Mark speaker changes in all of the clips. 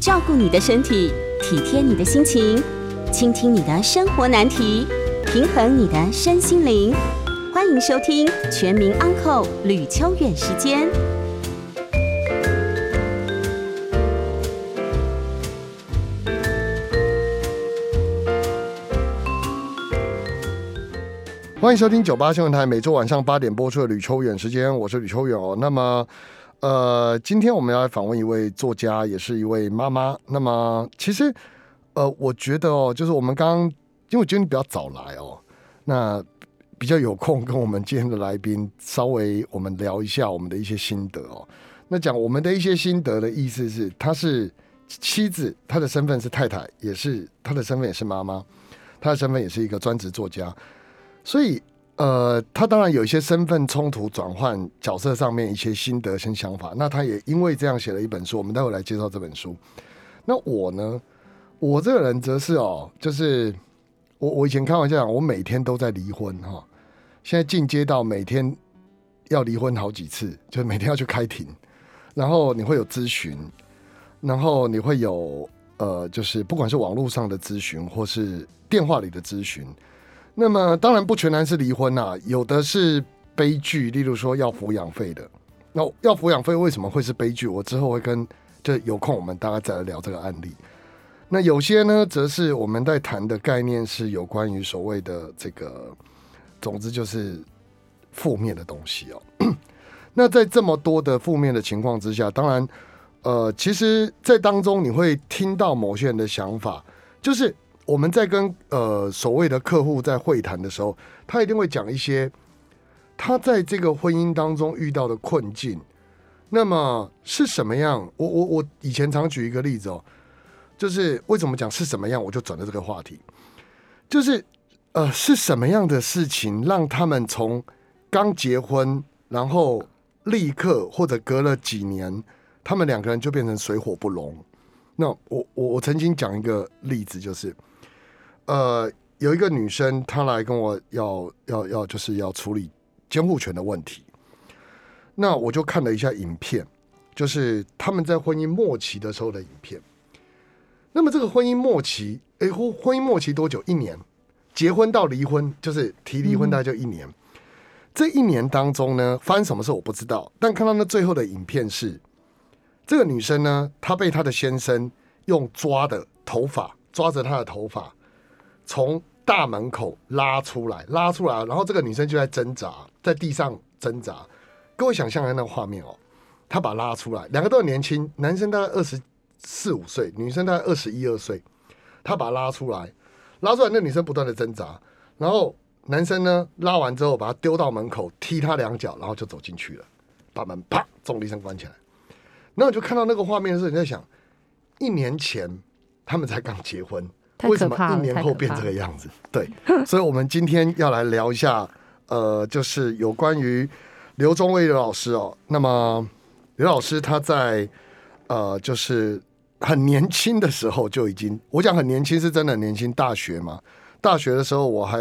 Speaker 1: 照顾你的身体，体贴你的心情，倾听你的生活难题，平衡你的身心灵。欢迎收听《全民安扣吕秋远时间》。
Speaker 2: 欢迎收听九八新闻台每周晚上八点播出的吕秋远时间，我是吕秋远哦。那么，呃，今天我们要来访问一位作家，也是一位妈妈。那么，其实，呃，我觉得哦，就是我们刚刚，因为我觉得你比较早来哦，那比较有空跟我们今天的来宾稍微我们聊一下我们的一些心得哦。那讲我们的一些心得的意思是，她是妻子，她的身份是太太，也是她的身份也是妈妈，她的身份也是一个专职作家。所以呃，他当然有一些身份冲突转换、角色上面一些心得跟想法。那他也因为这样写了一本书，我们待会来介绍这本书。那我呢，我这个人则是哦，就是我我以前开玩笑讲，我每天都在离婚哈、现在进阶到每天要离婚好几次，就是每天要去开庭，然后你会有咨询，然后你会有呃，就是不管是网络上的咨询或是电话里的咨询，那么当然不全然是离婚啦、有的是悲剧，例如说要抚养费的。那要抚养费为什么会是悲剧？我之后会跟就有空我们大家再来聊这个案例。那有些呢，则是我们在谈的概念是有关于所谓的这个，总之就是负面的东西哦。 那在这么多的负面的情况之下，当然，呃，其实，在当中你会听到某些人的想法，就是我们在跟呃所谓的客户在会谈的时候，他一定会讲一些他在这个婚姻当中遇到的困境。那么是什么样？我我我以前常举一个例子哦，就是为什么讲是什么样，我就转到这个话题，就是呃是什么样的事情让他们从刚结婚，然后立刻或者隔了几年，他们两个人就变成水火不容。那我我我曾经讲一个例子，就是呃，有一个女生她来跟我要要要，就是要处理监护权的问题。那我就看了一下影片，就是他们在婚姻末期的时候的影片。那么这个婚姻末期，诶，婚婚姻末期多久？一年。结婚到离婚，就是提离婚，大概就一年。这一年当中呢，发生什么事我不知道，但看到那最后的影片是，这个女生呢，她被她的先生用抓的头发抓着她的头发，从大门口拉出来，拉出来，然后这个女生就在挣扎，在地上挣扎。各位想象一下那个画面哦，她把她拉出来，两个都很年轻，男生大概二十四五岁，女生大概二十一二岁，她把她拉出来，拉出来，那女生不断的挣扎，然后男生呢拉完之后把她丢到门口，踢她两脚，然后就走进去了，把门啪重力声关起来。那我就看到那个画面的时候，你在想，一年前他们才刚结婚，
Speaker 3: 太
Speaker 2: 为什
Speaker 3: 可
Speaker 2: 么
Speaker 3: 怕了
Speaker 2: 一年
Speaker 3: 太
Speaker 2: 后
Speaker 3: 可
Speaker 2: 变
Speaker 3: 怕
Speaker 2: 这
Speaker 3: 了
Speaker 2: 个样子？对， 所以我们今天要来聊一下，呃，就是有关于刘忠卫刘老师哦。那么刘老师他在呃，就是很年轻的时候就已经，我讲很年轻是真的很年轻，大学嘛，大学的时候我还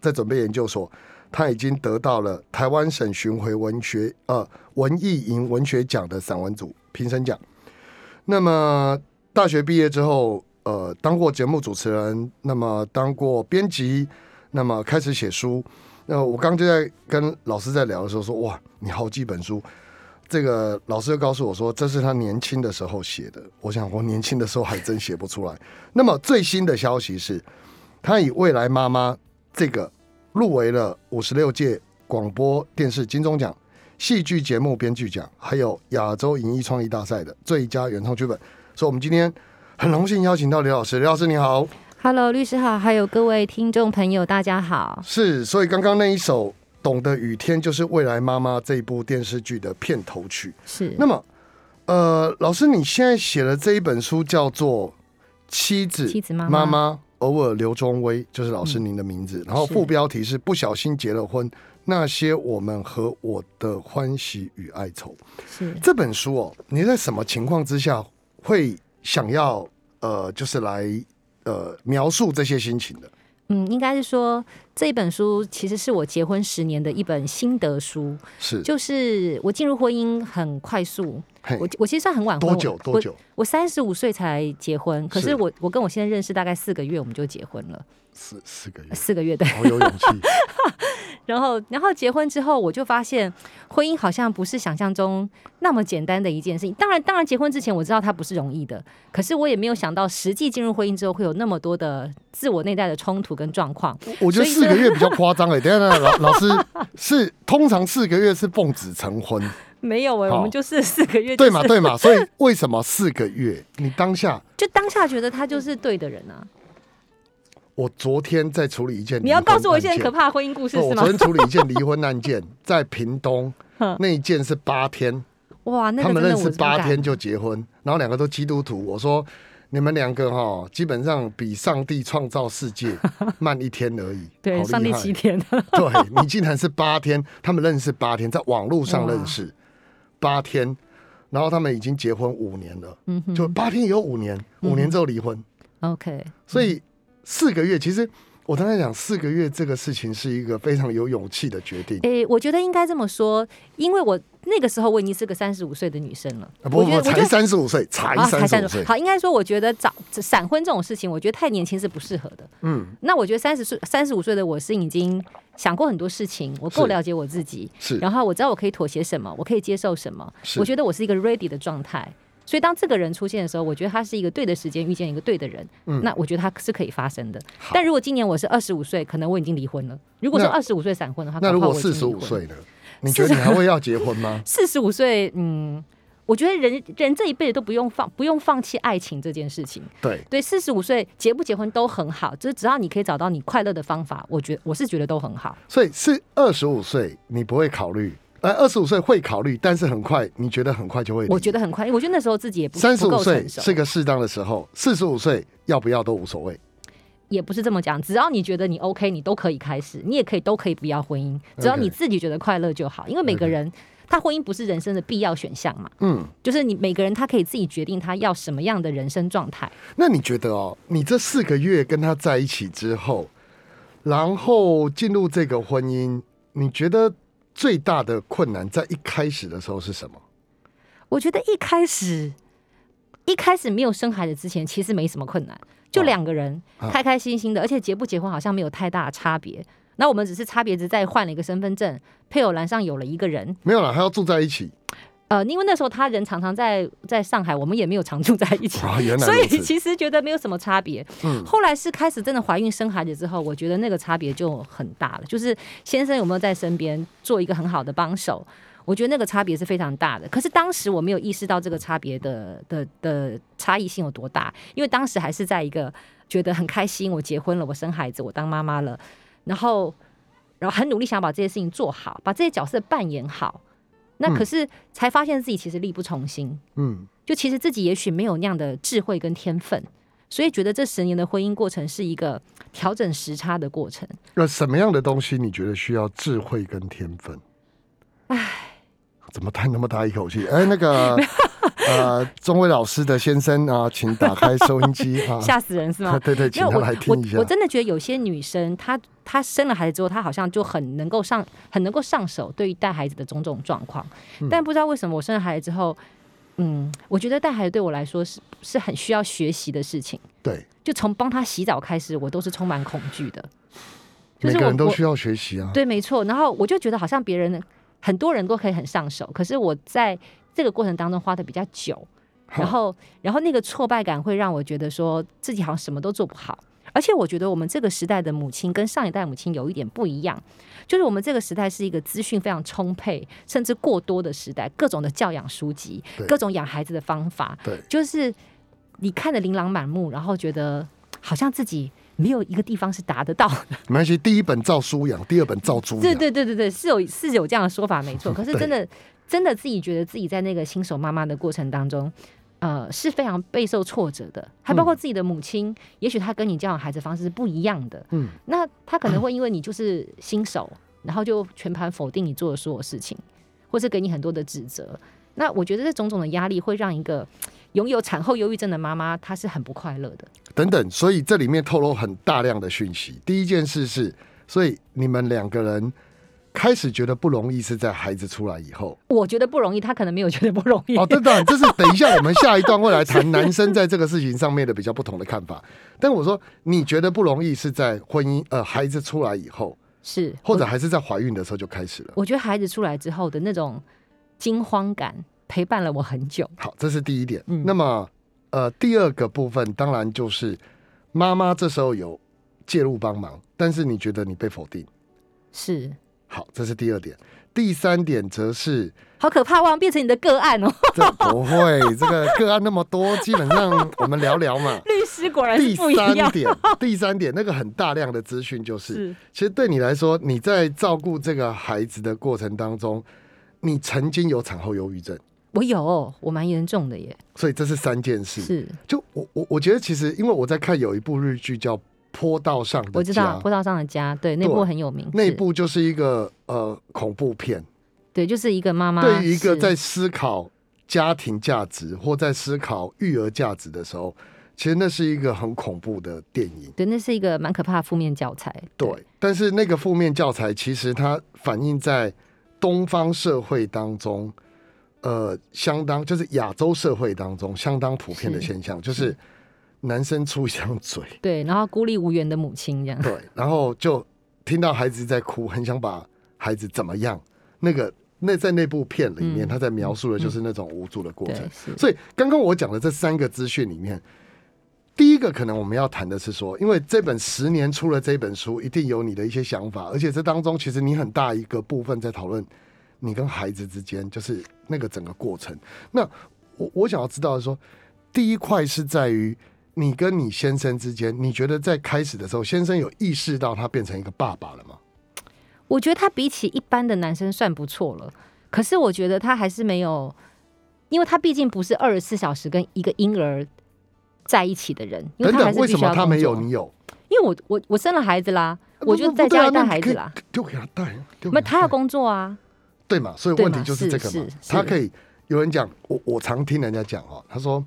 Speaker 2: 在准备研究所，他已经得到了台湾省巡回文学呃文艺营文学奖的散文组评审奖。那么大学毕业之后，呃，当过节目主持人，那么当过编辑，那么开始写书。那我刚就在跟老师在聊的时候说，哇，你好几本书。这个老师就告诉我说，这是他年轻的时候写的。我想，我年轻的时候还真写不出来。那么最新的消息是，他以《未来妈妈》这个入围了五十六届广播电视金钟奖戏剧节目编剧奖，还有亚洲影艺创意大赛的最佳原创剧本。所以，我们今天很荣幸邀请到刘老师。刘老师你好，
Speaker 3: Hello，律师好，还有各位听众朋友，大家好。
Speaker 2: 是。所以刚刚那一首《懂得雨天》就是《未来妈妈》这一部电视剧的片头曲。
Speaker 3: 是
Speaker 2: 那么，呃，老师，你现在写的这一本书叫做《妻子
Speaker 3: 妻子妈
Speaker 2: 妈
Speaker 3: 妈
Speaker 2: 妈偶尔刘忠威》，就是老师您的名字。然后
Speaker 3: 是
Speaker 2: 副标题是“不小心结了婚，那些我们和我的欢喜与哀愁”。
Speaker 3: 是，
Speaker 2: 这本书哦，你在什么情况之下会想要呃，就是来呃描述这些心情的？
Speaker 3: 嗯，应该是说这本书其实是我结婚十年的一本心得书，
Speaker 2: 是，
Speaker 3: 就是我进入婚姻很快速，
Speaker 2: 嘿
Speaker 3: 我我其实算很晚婚，
Speaker 2: 多久
Speaker 3: 我
Speaker 2: 多久？
Speaker 3: 我三十五岁才结婚，可
Speaker 2: 是
Speaker 3: 是我我跟我现在认识大概四个月我们就结婚了，
Speaker 2: 四四 个月，
Speaker 3: 四个月对。
Speaker 2: 好有勇气，
Speaker 3: 然后然后结婚之后，我就发现婚姻好像不是想象中那么简单的一件事情。当然当然，结婚之前我知道它不是容易的，可是我也没有想到实际进入婚姻之后会有那么多的自我内在的冲突跟状况。
Speaker 2: 我觉得
Speaker 3: 所以
Speaker 2: 四个月比较夸张 哎。等一下，等一下老老师是通常四个月是奉子成婚，
Speaker 3: 没有哎、
Speaker 2: 好
Speaker 3: 我们就是四个月、就
Speaker 2: 对
Speaker 3: 是，
Speaker 2: 嘛对嘛？所以为什么四个月？你当下，
Speaker 3: 就当下觉得他就是对的人啊！
Speaker 2: 我昨天在处理一件，
Speaker 3: 你要告诉我一 些可。怕的婚姻故事
Speaker 2: 不
Speaker 3: 是
Speaker 2: 我
Speaker 3: 吗
Speaker 2: 昨？天处理一件离婚案件，在屏东
Speaker 3: 哼
Speaker 2: 那一件是八天，
Speaker 3: 哇，那
Speaker 2: 他
Speaker 3: 个
Speaker 2: 们
Speaker 3: 真的
Speaker 2: 认
Speaker 3: 我
Speaker 2: 识
Speaker 3: 不
Speaker 2: 八
Speaker 3: 敢
Speaker 2: 天就结婚，然后两个都基督徒。我说你们两个哈，基本上比上帝创造世 界慢一天而已。
Speaker 3: 对，
Speaker 2: 好
Speaker 3: 上
Speaker 2: 厉
Speaker 3: 帝
Speaker 2: 害
Speaker 3: 七天，
Speaker 2: 对你竟然是八天，他们认识八天，在网络上认识八天，然后他们已经结婚五年了，
Speaker 3: 嗯哼，嗯
Speaker 2: 就八天也有五年，五年之后离婚，
Speaker 3: OK，
Speaker 2: 所以四个月其实。我刚才讲四个月这个事情是一个非常有勇气的决定，
Speaker 3: 诶、我觉得应该这么说，因为我那个时候我已经是个三十五岁的女生了，
Speaker 2: 啊不
Speaker 3: 我觉
Speaker 2: 不，
Speaker 3: 得我
Speaker 2: 才
Speaker 3: 觉得。
Speaker 2: 三十五岁，才
Speaker 3: 啊，
Speaker 2: 三十
Speaker 3: 三
Speaker 2: 五岁，
Speaker 3: 好，应该说，我觉得早闪婚这种事情，我觉得太年轻是不适合的。
Speaker 2: 嗯，
Speaker 3: 那我觉得三十岁、三十五岁的我是已经想过很多事情，我够
Speaker 2: 是
Speaker 3: 了解我自己，
Speaker 2: 是
Speaker 3: 然后我知道我可以妥协什么，我可以接受什么，
Speaker 2: 是
Speaker 3: 我觉得我是一个 ready 的状态。所以当这个人出现的时候，我觉得他是一个对的时间遇见一个对的人，
Speaker 2: 嗯
Speaker 3: 那我觉得他是可以发生的
Speaker 2: 好。
Speaker 3: 但如果今年我是二十五岁，可能我已经离婚了。如果是
Speaker 2: 那
Speaker 3: 二十五岁闪婚的话，
Speaker 2: 那如
Speaker 3: 搞不好
Speaker 2: 果
Speaker 3: 我已经
Speaker 2: 四十
Speaker 3: 离
Speaker 2: 五
Speaker 3: 婚？
Speaker 2: 岁呢？你觉得你还会要结婚吗
Speaker 3: 四十五岁，嗯，我觉得人人这一辈子都不用放不用放弃爱情这件事情。
Speaker 2: 对，
Speaker 3: 对，四十五岁结不结婚都很好，就是只要你可以找到你快乐的方法，我觉我是觉得都很好。
Speaker 2: 所以是二十五岁你不会考虑，呃，二十五岁会考虑，但是很快你觉得很快就会离。
Speaker 3: 我觉得很快，我觉得那时候自己也不
Speaker 2: 三十
Speaker 3: 不
Speaker 2: 五
Speaker 3: 够
Speaker 2: 岁
Speaker 3: 成
Speaker 2: 是
Speaker 3: 熟，
Speaker 2: 个适当的时候，四十五岁要不要都无所谓。
Speaker 3: 也不是这么讲。只要你觉得你 OK，你都可以开始，你也可以都可以不要婚姻，只要
Speaker 2: OK
Speaker 3: 你自己觉得快乐就好。因为每个
Speaker 2: OK
Speaker 3: 人他婚姻不是人生的必要选项嘛，
Speaker 2: 嗯，
Speaker 3: 就是你每个人他可以自己决定他要什么样的人生状态。
Speaker 2: 那你觉得哦，你这四个月跟他在一起之后，然后进入这个婚姻，你觉得最大的困难在一开始的时候是什么？
Speaker 3: 我觉得一开始一开始没有生孩子之前，其实没什么困难，就
Speaker 2: 哦
Speaker 3: 两个人
Speaker 2: 啊
Speaker 3: 开开心心的，而且结不结婚好像没有太大的差别。那我们只是差别只在换了一个身份证，配偶栏上有了一个人。
Speaker 2: 没有啦，还要住在一起。
Speaker 3: 呃，因为那时候他人常常在在上海，我们也没有常住在一起。
Speaker 2: 啊，原来
Speaker 3: 所以
Speaker 2: 如此。
Speaker 3: 其实觉得没有什么差别。
Speaker 2: 嗯
Speaker 3: 后来是开始真的怀孕生孩子之后，我觉得那个差别就很大了，就是先生有没有在身边做一个很好的帮手。我觉得那个差别是非常大的，可是当时我没有意识到这个差别的的的差异性有多大，因为当时还是在一个觉得很开心，我结婚了，我生孩子，我当妈妈了，然后然后很努力想把这些事情做好，把这些角色扮演好，那可是才发现自己其实力不从心，
Speaker 2: 嗯，
Speaker 3: 就其实自己也许没有那样的智慧跟天分，所以觉得这十年的婚姻过程是一个调整时差的过程。
Speaker 2: 那什么样的东西你觉得需要智慧跟天分？唉，怎么叹那么大一口气？哎，那 个呃，钟伟老师的先生啊，请打开收音机 啊。？
Speaker 3: 吓死人是吗
Speaker 2: 对对，
Speaker 3: 没
Speaker 2: 请
Speaker 3: 有
Speaker 2: 他
Speaker 3: 我
Speaker 2: 来听一下
Speaker 3: 我我。真的觉得有些女生，她她生了孩子之后，她好像就很能够上很能够上手对于带孩子的种种状况，
Speaker 2: 嗯
Speaker 3: 但不知道为什么我生了孩子之后，嗯，我觉得带孩子对我来说是是很需要学习的事情。
Speaker 2: 对，
Speaker 3: 就从帮他洗澡开始，我都是充满恐惧的。就
Speaker 2: 每
Speaker 3: 是
Speaker 2: 个
Speaker 3: 我
Speaker 2: 人都
Speaker 3: 我
Speaker 2: 需要学习啊。
Speaker 3: 对，没错。然后我就觉得好像别人很多人都可以很上手，可是我在这个过程当中花的比较久，
Speaker 2: 好
Speaker 3: 然后然后那个挫败感会让我觉得说自己好像什么都做不好。而且我觉得我们这个时代的母亲跟上一代母亲有一点不一样，就是我们这个时代是一个资讯非常充沛，甚至过多的时代，各种的教养书籍
Speaker 2: 对，
Speaker 3: 各种养孩子的方法，
Speaker 2: 对
Speaker 3: 就是你看的琳琅满目，然后觉得好像自己没有一个地方是达得到的。
Speaker 2: 没关系，第一本照书养，第二本照猪养。
Speaker 3: 对对对对对，是有是有这样的说法没错。可是
Speaker 2: 对
Speaker 3: 真的真的自己觉得自己在那个新手妈妈的过程当中，呃，是非常备受挫折的。还包括
Speaker 2: 嗯
Speaker 3: 自己的母亲，也许她跟你教养孩子方式是不一样的，
Speaker 2: 嗯，
Speaker 3: 那 她可能会因为你就是新手，然后就全盘否定你做的所有事情，或是给你很多的指责。那我觉得这种种的压力会让一个拥有产后忧郁症的妈妈，她是很不快乐的。
Speaker 2: 等等，所以这里面透露很大量的讯息。第一件事是，所以你们两个人开始觉得不容易是在孩子出来以 后。
Speaker 3: 我觉得不容易，他可能没有觉得不容易。
Speaker 2: 哦，等等，这是等一下我们下一段会来谈男生在这个事情上面的比较不同的看法。但我说，你觉得不容易是在婚姻呃孩子出来以后，
Speaker 3: 是，
Speaker 2: 或者还是在怀孕的时候就开始了。
Speaker 3: 我觉得孩子出来之后的那种惊慌感陪伴了我很久。
Speaker 2: 好，这是第一点。
Speaker 3: 嗯
Speaker 2: 那么呃，第二个部分当然就是妈妈这时候有介入帮忙，但是你觉得你被否定。
Speaker 3: 是，
Speaker 2: 好，这是第二点。第三点则是，
Speaker 3: 好可怕，哇，变成你的个案哦，
Speaker 2: 这不会，这个个案那么多，基本上我们聊聊 嘛。
Speaker 3: 律师果然
Speaker 2: 第
Speaker 3: 是不一
Speaker 2: 三
Speaker 3: 样。
Speaker 2: 点，第三点，那个很大量的资讯就是，
Speaker 3: 是
Speaker 2: 其实对你来说，你在照顾这个孩子的过程当中，你曾经有产后忧郁症，
Speaker 3: 我有，我蛮严重的耶。
Speaker 2: 所以这是三件事。
Speaker 3: 是，
Speaker 2: 就我我我觉得，其实因为我在看有一部日剧叫《坡道上的家》，
Speaker 3: 我知道《坡道上的家》，对，那
Speaker 2: 对
Speaker 3: 部很有名。
Speaker 2: 那
Speaker 3: 是
Speaker 2: 部就是一个呃恐怖片，
Speaker 3: 对，就是一个妈妈
Speaker 2: 对于一个
Speaker 3: 啊是
Speaker 2: 在思考家庭价值或在思考育儿价值的时候，其实那是一个很恐怖的电影。
Speaker 3: 对，那是一个蛮可怕的负面教材。
Speaker 2: 对，但是那个负面教材其实它反映在东方社会当中，呃，相当就是亚洲社会当中相当普遍的
Speaker 3: 是
Speaker 2: 现象，就是男生出一张嘴，
Speaker 3: 对，然后孤立无援的母亲这样。
Speaker 2: 对，然后就听到孩子在哭，很想把孩子怎么样。那个那在那部片里面，
Speaker 3: 嗯
Speaker 2: 他在描述的就是那种无助的过程
Speaker 3: 对，。是
Speaker 2: 所以刚刚我讲的这三个资讯里面，第一个可能我们要谈的是说，因为这本十年出了这本书，一定有你的一些想法，而且这当中其实你很大一个部分在讨论你跟孩子之间就是那个整个过程。那我我想要知道的是说，第一块是在于。你跟你先生之间，你觉得在开始的时候，先生有意识到他变成一个爸爸了吗？
Speaker 3: 我觉得他比起一般的男生算不错了，可是我觉得他还是没有，因为他毕竟不是二十四小时跟一个婴儿在一起的人，因为
Speaker 2: 等
Speaker 3: 他还
Speaker 2: 等，
Speaker 3: 是
Speaker 2: 为
Speaker 3: 必
Speaker 2: 什
Speaker 3: 须要
Speaker 2: 么
Speaker 3: 工作。
Speaker 2: 他没有你有？
Speaker 3: 因为我我我生了孩子啦，
Speaker 2: 不
Speaker 3: 我就在家里带孩子，
Speaker 2: 不。对啊那你
Speaker 3: 啦
Speaker 2: 可以丢给他带，丢给
Speaker 3: 那他要
Speaker 2: 带
Speaker 3: 工作啊，
Speaker 2: 对嘛？所以
Speaker 3: 对
Speaker 2: 问
Speaker 3: 嘛
Speaker 2: 题就是
Speaker 3: 是
Speaker 2: 这个嘛
Speaker 3: 是。是
Speaker 2: 他可以有人讲，我我常听人家讲哦，他说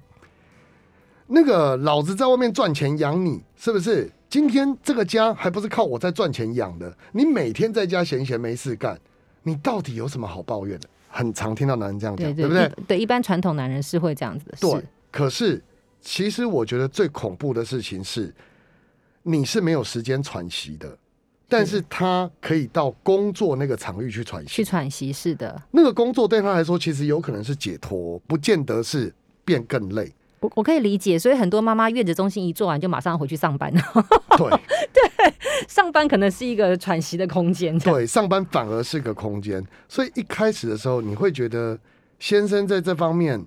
Speaker 2: 那个老子在外面赚钱养你，是不是？今天这个家还不是靠我在赚钱养的？你每天在家闲闲没事干，你到底有什么好抱怨的？很常听到男哦人这样讲，
Speaker 3: 对
Speaker 2: 对不
Speaker 3: 对
Speaker 2: 对？
Speaker 3: 一对，一般传统男人是会这样子的。
Speaker 2: 对
Speaker 3: 是，
Speaker 2: 可是其实我觉得最恐怖的事情是，你是没有时间喘息的，但是他可以到工作那个场域去喘息
Speaker 3: 去。喘息是的。
Speaker 2: 那个工作对他来说，其实有可能是解脱，不见得是变更累。
Speaker 3: 我我可以理解，所以很多妈妈月子中心一做完就马上回去上班，
Speaker 2: 对
Speaker 3: 上班可能是一个喘息的空间。这样
Speaker 2: 对，上班反而是个空间。所以一开始的时候，你会觉得先生在这方面，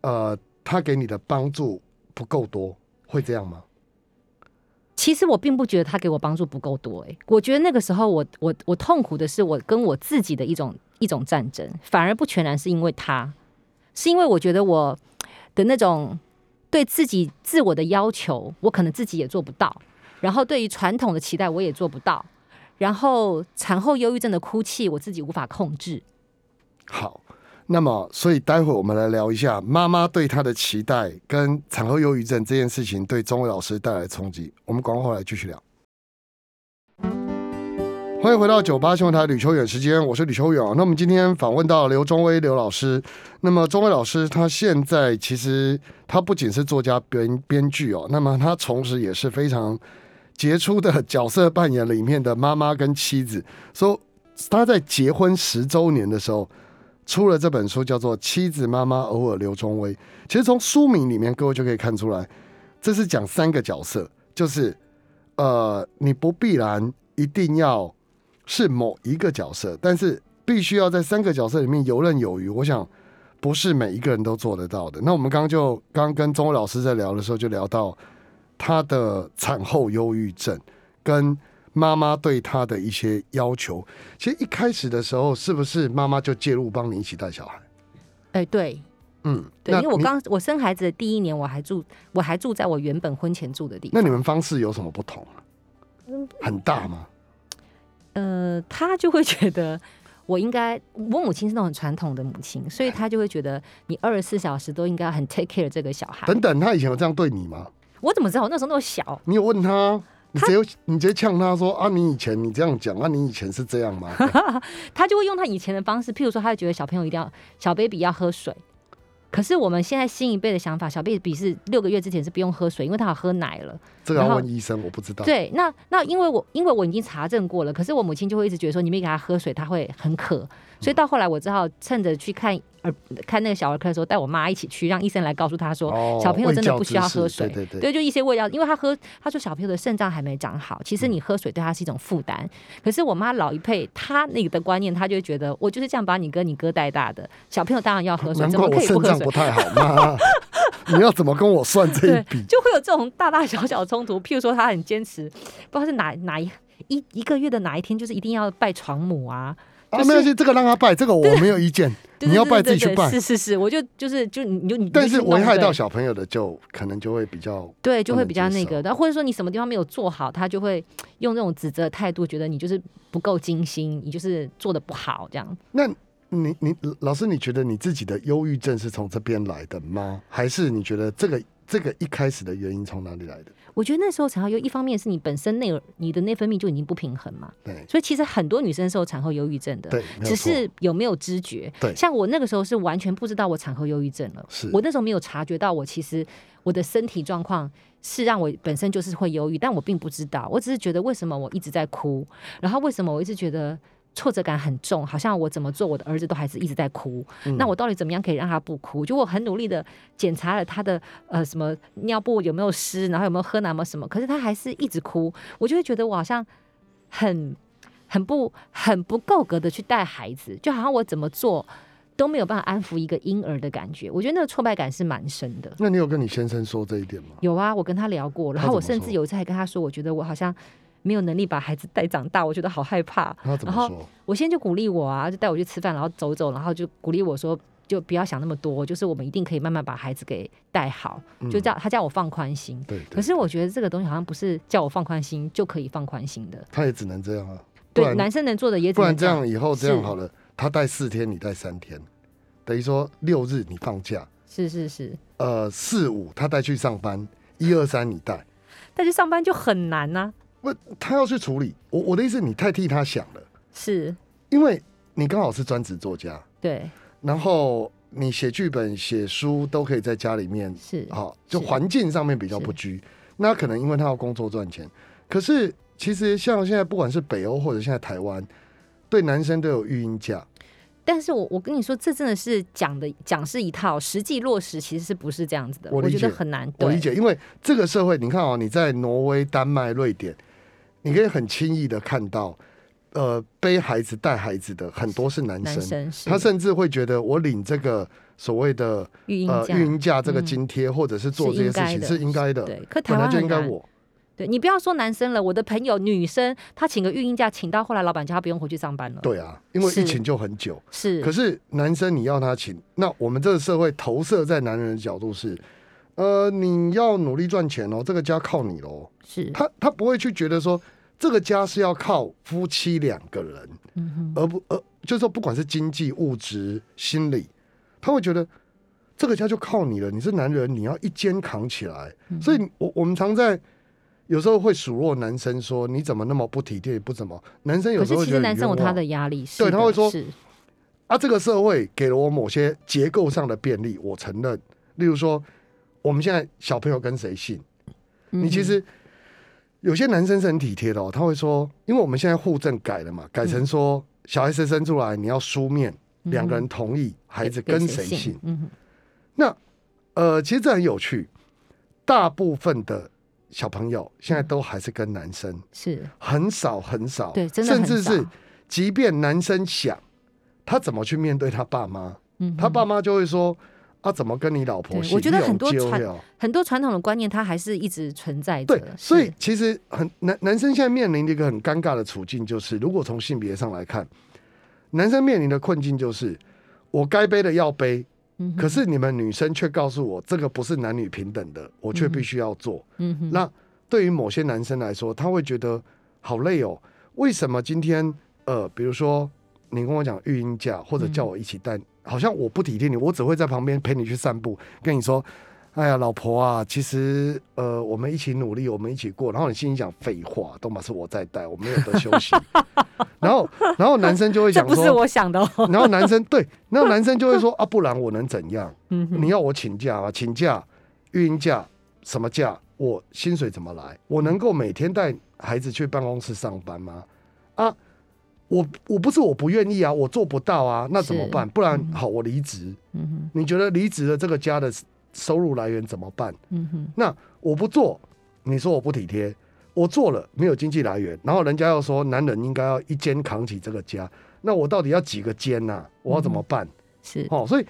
Speaker 2: 呃，他给你的帮助不够多，会这样吗？
Speaker 3: 其实我并不觉得他给我帮助不够多、欸，我觉得那个时候我我我痛苦的是我跟我自己的一种一种战争，反而不全然是因为他，是因为我觉得我的那种对自己自我的要求，我可能自己也做不到，然后对于传统的期待我也做不到，然后产后忧郁症的哭泣我自己无法控制，
Speaker 2: 好，那么所以待会我们来聊一下妈妈对他的期待跟产后忧郁症这件事情对中伟老师带来的冲击。我们广告后来继续聊。欢迎回到九八新闻台吕秋远时间，我是吕秋远。那我们今天访问到刘中威刘老师。那么中威老师他现在其实他不仅是作家编编剧哦，那么他同时也是非常杰出的角色扮演里面的妈妈跟妻子。所以他在结婚十周年的时候，出了这本书，叫做《妻子妈妈偶尔刘中威》。其实从书名里面，各位就可以看出来，这是讲三个角色，就是呃，你不必然一定要是某一个角色，但是必须要在三个角色里面游刃有余。我想不是每一个人都做得到的。那我们刚刚就刚刚跟钟伟老师在聊的时候，就聊到他的产后忧郁症跟妈妈对他的一些要求。其实一开始的时候，是不是妈妈就介入帮你一起带小孩？
Speaker 3: 哎、对。
Speaker 2: 嗯，
Speaker 3: 对，
Speaker 2: 那
Speaker 3: 因为我
Speaker 2: 你
Speaker 3: 刚我生孩子的第一年，我还住我还住在我原本婚前住的地方。
Speaker 2: 那你们方式有什么不同啊？很大吗？
Speaker 3: 嗯呃，他就会觉得我应该，我母亲是那种很传统的母亲，所以他就会觉得你二十四小时都应该很 take care 这个小孩。
Speaker 2: 等等，他以前有这样对你吗？
Speaker 3: 我怎么知道？我那时候那么小，
Speaker 2: 你有问他？你直接你直接呛他说啊，你以前你这样讲啊，你以前是这样吗？
Speaker 3: 他就会用他以前的方式，譬如说，他就觉得小朋友一定要小 baby 要喝水。可是我们现在新一辈的想法，小 baby 是六个月之前是不用喝水，因为他好喝奶了。
Speaker 2: 这个
Speaker 3: 然
Speaker 2: 要
Speaker 3: 后
Speaker 2: 问医生，我不知道。
Speaker 3: 对，那那因为我因为我已经查证过了，可是我母亲就会一直觉得说你没给他喝水，他会很渴，所以到后来我只好趁着去看儿看那个小儿科的时候，带我妈一起去，让医生来告诉他说、
Speaker 2: 哦
Speaker 3: 小朋友真的不需要
Speaker 2: 喂教知识
Speaker 3: 喝水，
Speaker 2: 对对对
Speaker 3: 就一些喂药，因为他喝他说小朋友的肾脏还没长好，
Speaker 2: 嗯
Speaker 3: 其实你喝水对他是一种负担。可是我妈老一辈她那个的观念，她就会觉得我就是这样把你哥你哥带大的，小朋友当然要喝水，
Speaker 2: 难
Speaker 3: 怎
Speaker 2: 怪
Speaker 3: 么
Speaker 2: 我
Speaker 3: 可以
Speaker 2: 肾
Speaker 3: 不喝
Speaker 2: 脏
Speaker 3: 水
Speaker 2: 不？太好 嘛。你要怎么跟我算这一
Speaker 3: 对
Speaker 2: 笔，？
Speaker 3: 就会有这种大大小小冲突。譬如说，他很坚持，不知道是哪哪一一一个月的哪一天，就是一定要拜床母啊。
Speaker 2: 啊，
Speaker 3: 就是
Speaker 2: 没关系，这个让他拜，这个我没有意见。
Speaker 3: 对对
Speaker 2: 你要
Speaker 3: 对
Speaker 2: 拜
Speaker 3: 对
Speaker 2: 自己去
Speaker 3: 对
Speaker 2: 拜，
Speaker 3: 是是是，我就就是就你就你，
Speaker 2: 但是
Speaker 3: 你就去弄
Speaker 2: 危害到
Speaker 3: 对
Speaker 2: 小朋友的就可能就会比较
Speaker 3: 对，就
Speaker 2: 不
Speaker 3: 会
Speaker 2: 能
Speaker 3: 比较
Speaker 2: 接
Speaker 3: 那个
Speaker 2: 受
Speaker 3: 的，或者说你什么地方没有做好，他就会用这种指责的态度，觉得你就是不够精心，你就是做的不好这样。
Speaker 2: 那你你老师，你觉得你自己的忧郁症是从这边来的吗？还是你觉得这个这个一开始的原因从哪里来的？
Speaker 3: 我觉得那时候产后忧，一方面是你本身内你的内分泌就已经不平衡嘛，
Speaker 2: 对
Speaker 3: 所以其实很多女生是有产后忧郁症的。
Speaker 2: 对，没有
Speaker 3: 只
Speaker 2: 错
Speaker 3: 是有没有知觉？
Speaker 2: 对
Speaker 3: 像我那个时候是完全不知道我产后忧郁症了，
Speaker 2: 是
Speaker 3: 我那时候没有察觉到我其实我的身体状况是让我本身就是会忧郁，但我并不知道，我只是觉得为什么我一直在哭，然后为什么我一直觉得。挫折感很重，好像我怎么做，我的儿子都还是一直在哭。那我到底怎么样可以让他不哭？就我很努力的检查了他的呃什么尿布有没有湿，然后有没有喝奶，有没有什么，可是他还是一直哭，我就会觉得我好像很很不很不够格的去带孩子，就好像我怎么做都没有办法安抚一个婴儿的感觉。我觉得那个挫败感是蛮深的。
Speaker 2: 那你有跟你先生说这一点吗？
Speaker 3: 有啊，我跟他聊过，然
Speaker 2: 他
Speaker 3: 后我
Speaker 2: 怎么
Speaker 3: 甚
Speaker 2: 说
Speaker 3: 至有一次还跟他说，我觉得我好像没有能力把孩子带长大，我觉得好害怕。
Speaker 2: 他怎么
Speaker 3: 然后
Speaker 2: 说？
Speaker 3: 我先就鼓励我啊，就带我去吃饭，然后走走，然后就鼓励我说，就不要想那么多，就是我们一定可以慢慢把孩子给带好，就叫他叫我放宽心。
Speaker 2: 嗯对，
Speaker 3: 可
Speaker 2: 对
Speaker 3: 是我觉得这个东西好像不是叫我放宽心就可以放宽心的，
Speaker 2: 他也只能这样啊，不
Speaker 3: 对，
Speaker 2: 然
Speaker 3: 男生能做的也只
Speaker 2: 不
Speaker 3: 能
Speaker 2: 然这
Speaker 3: 样
Speaker 2: 样以后这样
Speaker 3: 是
Speaker 2: 好了，他带四天，你带三天，等于说六日你放假，
Speaker 3: 是是是，
Speaker 2: 呃，四五他带去上班，一二三你带，
Speaker 3: 但是上班就很难啊呐、
Speaker 2: 不，他要去处理。我我的意思，你太替他想了，
Speaker 3: 是，
Speaker 2: 因为你刚好是专职作家，
Speaker 3: 对，
Speaker 2: 然后你写剧本、写书都可以在家里面，
Speaker 3: 是
Speaker 2: 好、就是环境上面比较不拘。那可能因为他要工作赚钱，可是其实像现在不管是北欧或者现在台湾，对男生都有育婴假，
Speaker 3: 但是我我跟你说，这真的是讲的讲是一套，实际落实其实是不是这样子的？
Speaker 2: 我
Speaker 3: 我
Speaker 2: 理
Speaker 3: 觉得
Speaker 2: 解
Speaker 3: 很难。
Speaker 2: 我
Speaker 3: 对
Speaker 2: 理解，因为这个社会，你看哦，你在挪威、丹麦、瑞典，你可以很轻易的看到，呃，背孩子、带孩子的很多是男
Speaker 3: 男
Speaker 2: 生，
Speaker 3: 生是
Speaker 2: 他甚至会觉得我领这个所谓的
Speaker 3: 育婴
Speaker 2: 呃
Speaker 3: 假，嗯
Speaker 2: 育婴假这个津贴，或者是做这些事情
Speaker 3: 是
Speaker 2: 是应该的，
Speaker 3: 对。可台
Speaker 2: 本来
Speaker 3: 湾
Speaker 2: 就
Speaker 3: 很
Speaker 2: 应该
Speaker 3: 难嗯
Speaker 2: 我。
Speaker 3: 对你不要说男生了，我的朋友女生，她请个育婴假，请到后来老板叫她不用回去上班了。，
Speaker 2: 对啊，因为
Speaker 3: 是
Speaker 2: 疫情就很久。
Speaker 3: 是，
Speaker 2: 可是男生你要他请，那我们这个社会投射在男人的角度是，呃，你要努力赚钱哦，这个家靠你喽。
Speaker 3: 是
Speaker 2: 他他不会去觉得说这个家是要靠夫妻两个人，
Speaker 3: 嗯
Speaker 2: 而不而就是说不管是经济、物质、心理，他会觉得这个家就靠你了，你是男人，你要一肩扛起来。
Speaker 3: 嗯
Speaker 2: 所以我我们常在。有时候会数落男生说你怎么那么不体贴，不怎么男生有
Speaker 3: 可
Speaker 2: 时
Speaker 3: 是
Speaker 2: 候会
Speaker 3: 其
Speaker 2: 觉
Speaker 3: 实
Speaker 2: 得
Speaker 3: 男生有
Speaker 2: 很冤
Speaker 3: 他
Speaker 2: 枉
Speaker 3: 的压力，是
Speaker 2: 对他
Speaker 3: 的
Speaker 2: 会说
Speaker 3: 是
Speaker 2: 啊，这个社会给了我某些结构上的便利，我承认。例如说，我们现在小朋友跟谁姓，
Speaker 3: 嗯
Speaker 2: 你其实有些男生是很体贴的哦，他会说，因为我们现在户政改了嘛，改
Speaker 3: 嗯
Speaker 2: 成说小孩子生出来你要书面，两个人同意孩子
Speaker 3: 嗯给
Speaker 2: 跟谁
Speaker 3: 谁
Speaker 2: 姓。
Speaker 3: 嗯哼，
Speaker 2: 那呃，其实这很有趣，大部分的小朋友现在都还是跟男生，
Speaker 3: 是
Speaker 2: 很少很少，
Speaker 3: 对真的
Speaker 2: 甚
Speaker 3: 很
Speaker 2: 至是
Speaker 3: 少
Speaker 2: 即便男生想，他怎么去面对他爸妈？
Speaker 3: 嗯
Speaker 2: 他爸妈就会说啊，怎么跟你老婆
Speaker 3: 对
Speaker 2: 姓？
Speaker 3: 我觉得
Speaker 2: 你有
Speaker 3: 很多
Speaker 2: 纠
Speaker 3: 传
Speaker 2: 了
Speaker 3: 很多传统的观念，它还是一直存在着
Speaker 2: 对，。所以
Speaker 3: 是
Speaker 2: 其实很男男生现在面临的一个很尴尬的处境，就是如果从性别上来看，男生面临的困境就是我该背的要背，
Speaker 3: 嗯
Speaker 2: 可是你们女生却告诉我这个不是男女平等的，我却必须要做。
Speaker 3: 嗯哼，
Speaker 2: 那对于某些男生来说，他会觉得好累哦。为什么今天呃，比如说你跟我讲育
Speaker 3: 嗯
Speaker 2: 婴假，或者叫我一起带，好像我不体贴你，我只会在旁边陪你去散步，跟你说哎呀，老婆啊，其实呃，我们一起努力，我们一起过。然后你心里想，废话，都嘛是我在带，我没有得休 息。然后，然后男生就会
Speaker 3: 这
Speaker 2: 想
Speaker 3: 不是
Speaker 2: 说，
Speaker 3: 我 想的哦。
Speaker 2: 然后男生对，然后男生就会说啊，不然我能怎样？
Speaker 3: 嗯哼，
Speaker 2: 你要我请假啊？请假、孕假什么假？我薪水怎么来？我能够每天带孩子去办公室上班吗？啊，我我不是我不愿意啊，我做不到啊，那怎么
Speaker 3: 是
Speaker 2: 办？不然好，我离职。
Speaker 3: 嗯哼，
Speaker 2: 你觉得离职了这个家的收入来源怎么办？
Speaker 3: 嗯哼，
Speaker 2: 那我不做，你说我不体贴；我做了没有经济来源，然后人家又说男人应该要一肩扛起这个家，那我到底要几个肩呐、我要怎么办？
Speaker 3: 是
Speaker 2: 哦，所以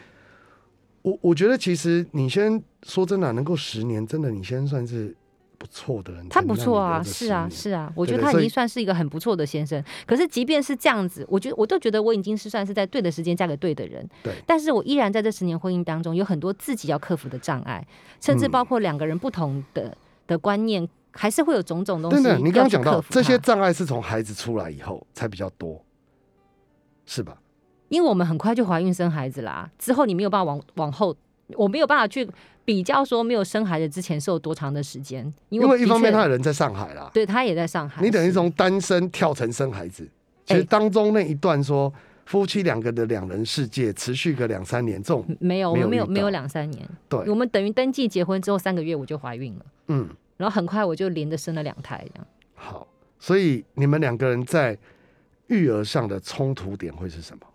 Speaker 2: 我我觉得其实你先说真的啊、能够十年，真的你先算是不错的人。
Speaker 3: 他不错啊，
Speaker 2: 真的让你留着
Speaker 3: 是啊，
Speaker 2: 10年
Speaker 3: 是啊，我
Speaker 2: 对
Speaker 3: 觉得
Speaker 2: 对
Speaker 3: 他已
Speaker 2: 所以
Speaker 3: 经算是一个很不错的先生。可是即便是这样子，我觉得我都觉得我已经是算是在对的时间嫁给对的人。
Speaker 2: 对
Speaker 3: 但是我依然在这十年婚姻当中有很多自己要克服的障碍，甚至
Speaker 2: 嗯
Speaker 3: 包括两个人不同的、的观念，还是会有种种东西
Speaker 2: 真的，你刚
Speaker 3: 要
Speaker 2: 刚
Speaker 3: 去
Speaker 2: 讲
Speaker 3: 克
Speaker 2: 到
Speaker 3: 服
Speaker 2: 这些
Speaker 3: 它，
Speaker 2: 障碍是从孩子出来以后才比较多，是吧？
Speaker 3: 因为我们很快就怀孕生孩子啦，之后你没有办法往往后，我没有办法去比较说没有生孩子之前是有多长的时间，
Speaker 2: 因
Speaker 3: 因为
Speaker 2: 为一
Speaker 3: 的
Speaker 2: 方面
Speaker 3: 确
Speaker 2: 他的人在上海啦，
Speaker 3: 对他也在上海，
Speaker 2: 你等于
Speaker 3: 是
Speaker 2: 从单身跳成生孩子，其实
Speaker 3: 哎
Speaker 2: 当中那一段说夫妻两个的两人世界持续个两三年，这种
Speaker 3: 没有，我
Speaker 2: 没有
Speaker 3: 们没有
Speaker 2: 遇到
Speaker 3: 没有两三年，
Speaker 2: 对
Speaker 3: 我们等于登记结婚之后三个月我就怀孕了，
Speaker 2: 嗯
Speaker 3: 然后很快我就连着生了两胎，这样
Speaker 2: 好，所以你们两个人在育儿上的冲突点会是什么？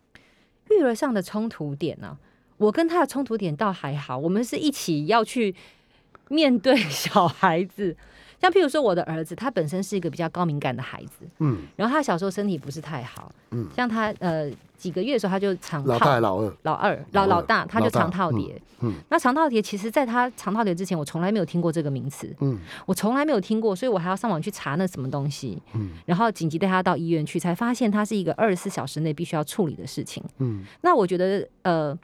Speaker 3: 育儿上的冲突点呢、我跟他的冲突点倒还好，我们是一起要去面对小孩子， 像譬如说我的儿子，他本身是一个比较高敏感的孩子，
Speaker 2: 嗯，
Speaker 3: 然后他小时候身体不是太好，
Speaker 2: 嗯
Speaker 3: 像他呃几个月的时候他就常
Speaker 2: 老
Speaker 3: 胖
Speaker 2: 大老二，
Speaker 3: 老二、
Speaker 2: 老
Speaker 3: 老
Speaker 2: 二
Speaker 3: 老大，他
Speaker 2: 老
Speaker 3: 就
Speaker 2: 大
Speaker 3: 肠套
Speaker 2: 嗯
Speaker 3: 叠。
Speaker 2: 嗯
Speaker 3: 那肠套叠，其实在他肠套叠之前，我从来没有听过这个名词，
Speaker 2: 嗯
Speaker 3: 我从来没有听过，所以我还要上网去查那什么东西，
Speaker 2: 嗯
Speaker 3: 然后紧急带他到医院去，才发现他是一个二十四小时内必须要处理的事情。
Speaker 2: 嗯
Speaker 3: 那我觉得，呃，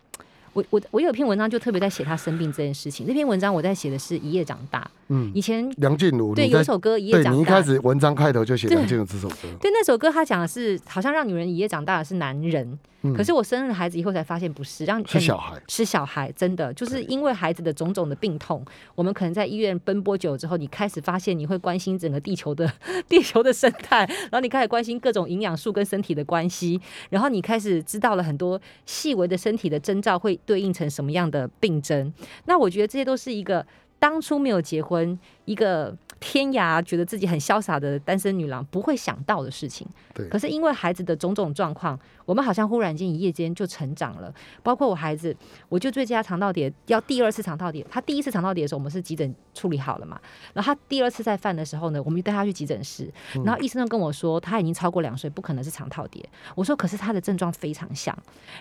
Speaker 3: 我我我有一篇文章就特别在写他生病这件事情。那篇文章我在写的是一夜长大，
Speaker 2: 嗯，
Speaker 3: 以前
Speaker 2: 梁静茹，
Speaker 3: 对
Speaker 2: 你
Speaker 3: 有
Speaker 2: 在
Speaker 3: 一首歌《一夜
Speaker 2: 对
Speaker 3: 长大》，
Speaker 2: 你一开始文章开头就写
Speaker 3: 对
Speaker 2: 梁静茹这首歌，
Speaker 3: 对那首歌他讲的是好像让女人一夜长大的是男人，
Speaker 2: 嗯
Speaker 3: 可是我生了孩子以后才发现不是，让
Speaker 2: 是小孩，
Speaker 3: 是小孩，真的就是因为孩子的种种的病痛，我们可能在医院奔波久之后，你开始发现你会关心整个地球的 地球的生态，然后你开始关心各种营养素跟身体的关系，然后你开始知道了很多细微的身体的征兆会对应成什么样的病症。那我觉得这些都是一个当初没有结婚，一个天涯觉得自己很潇洒的单身女郎不会想到的事情。
Speaker 2: 对
Speaker 3: 可是因为孩子的种种状况，我们好像忽然间一夜间就成长了。包括我孩子，我就最佳肠道叠要第二次肠道叠，他第一次肠道叠的时候，我们是急诊处理好了嘛。然后他第二次再犯的时候呢，我们就带他去急诊室，然后医生就跟我说他已经超过两岁，不可能是肠套叠。我说可是他的症状非常像，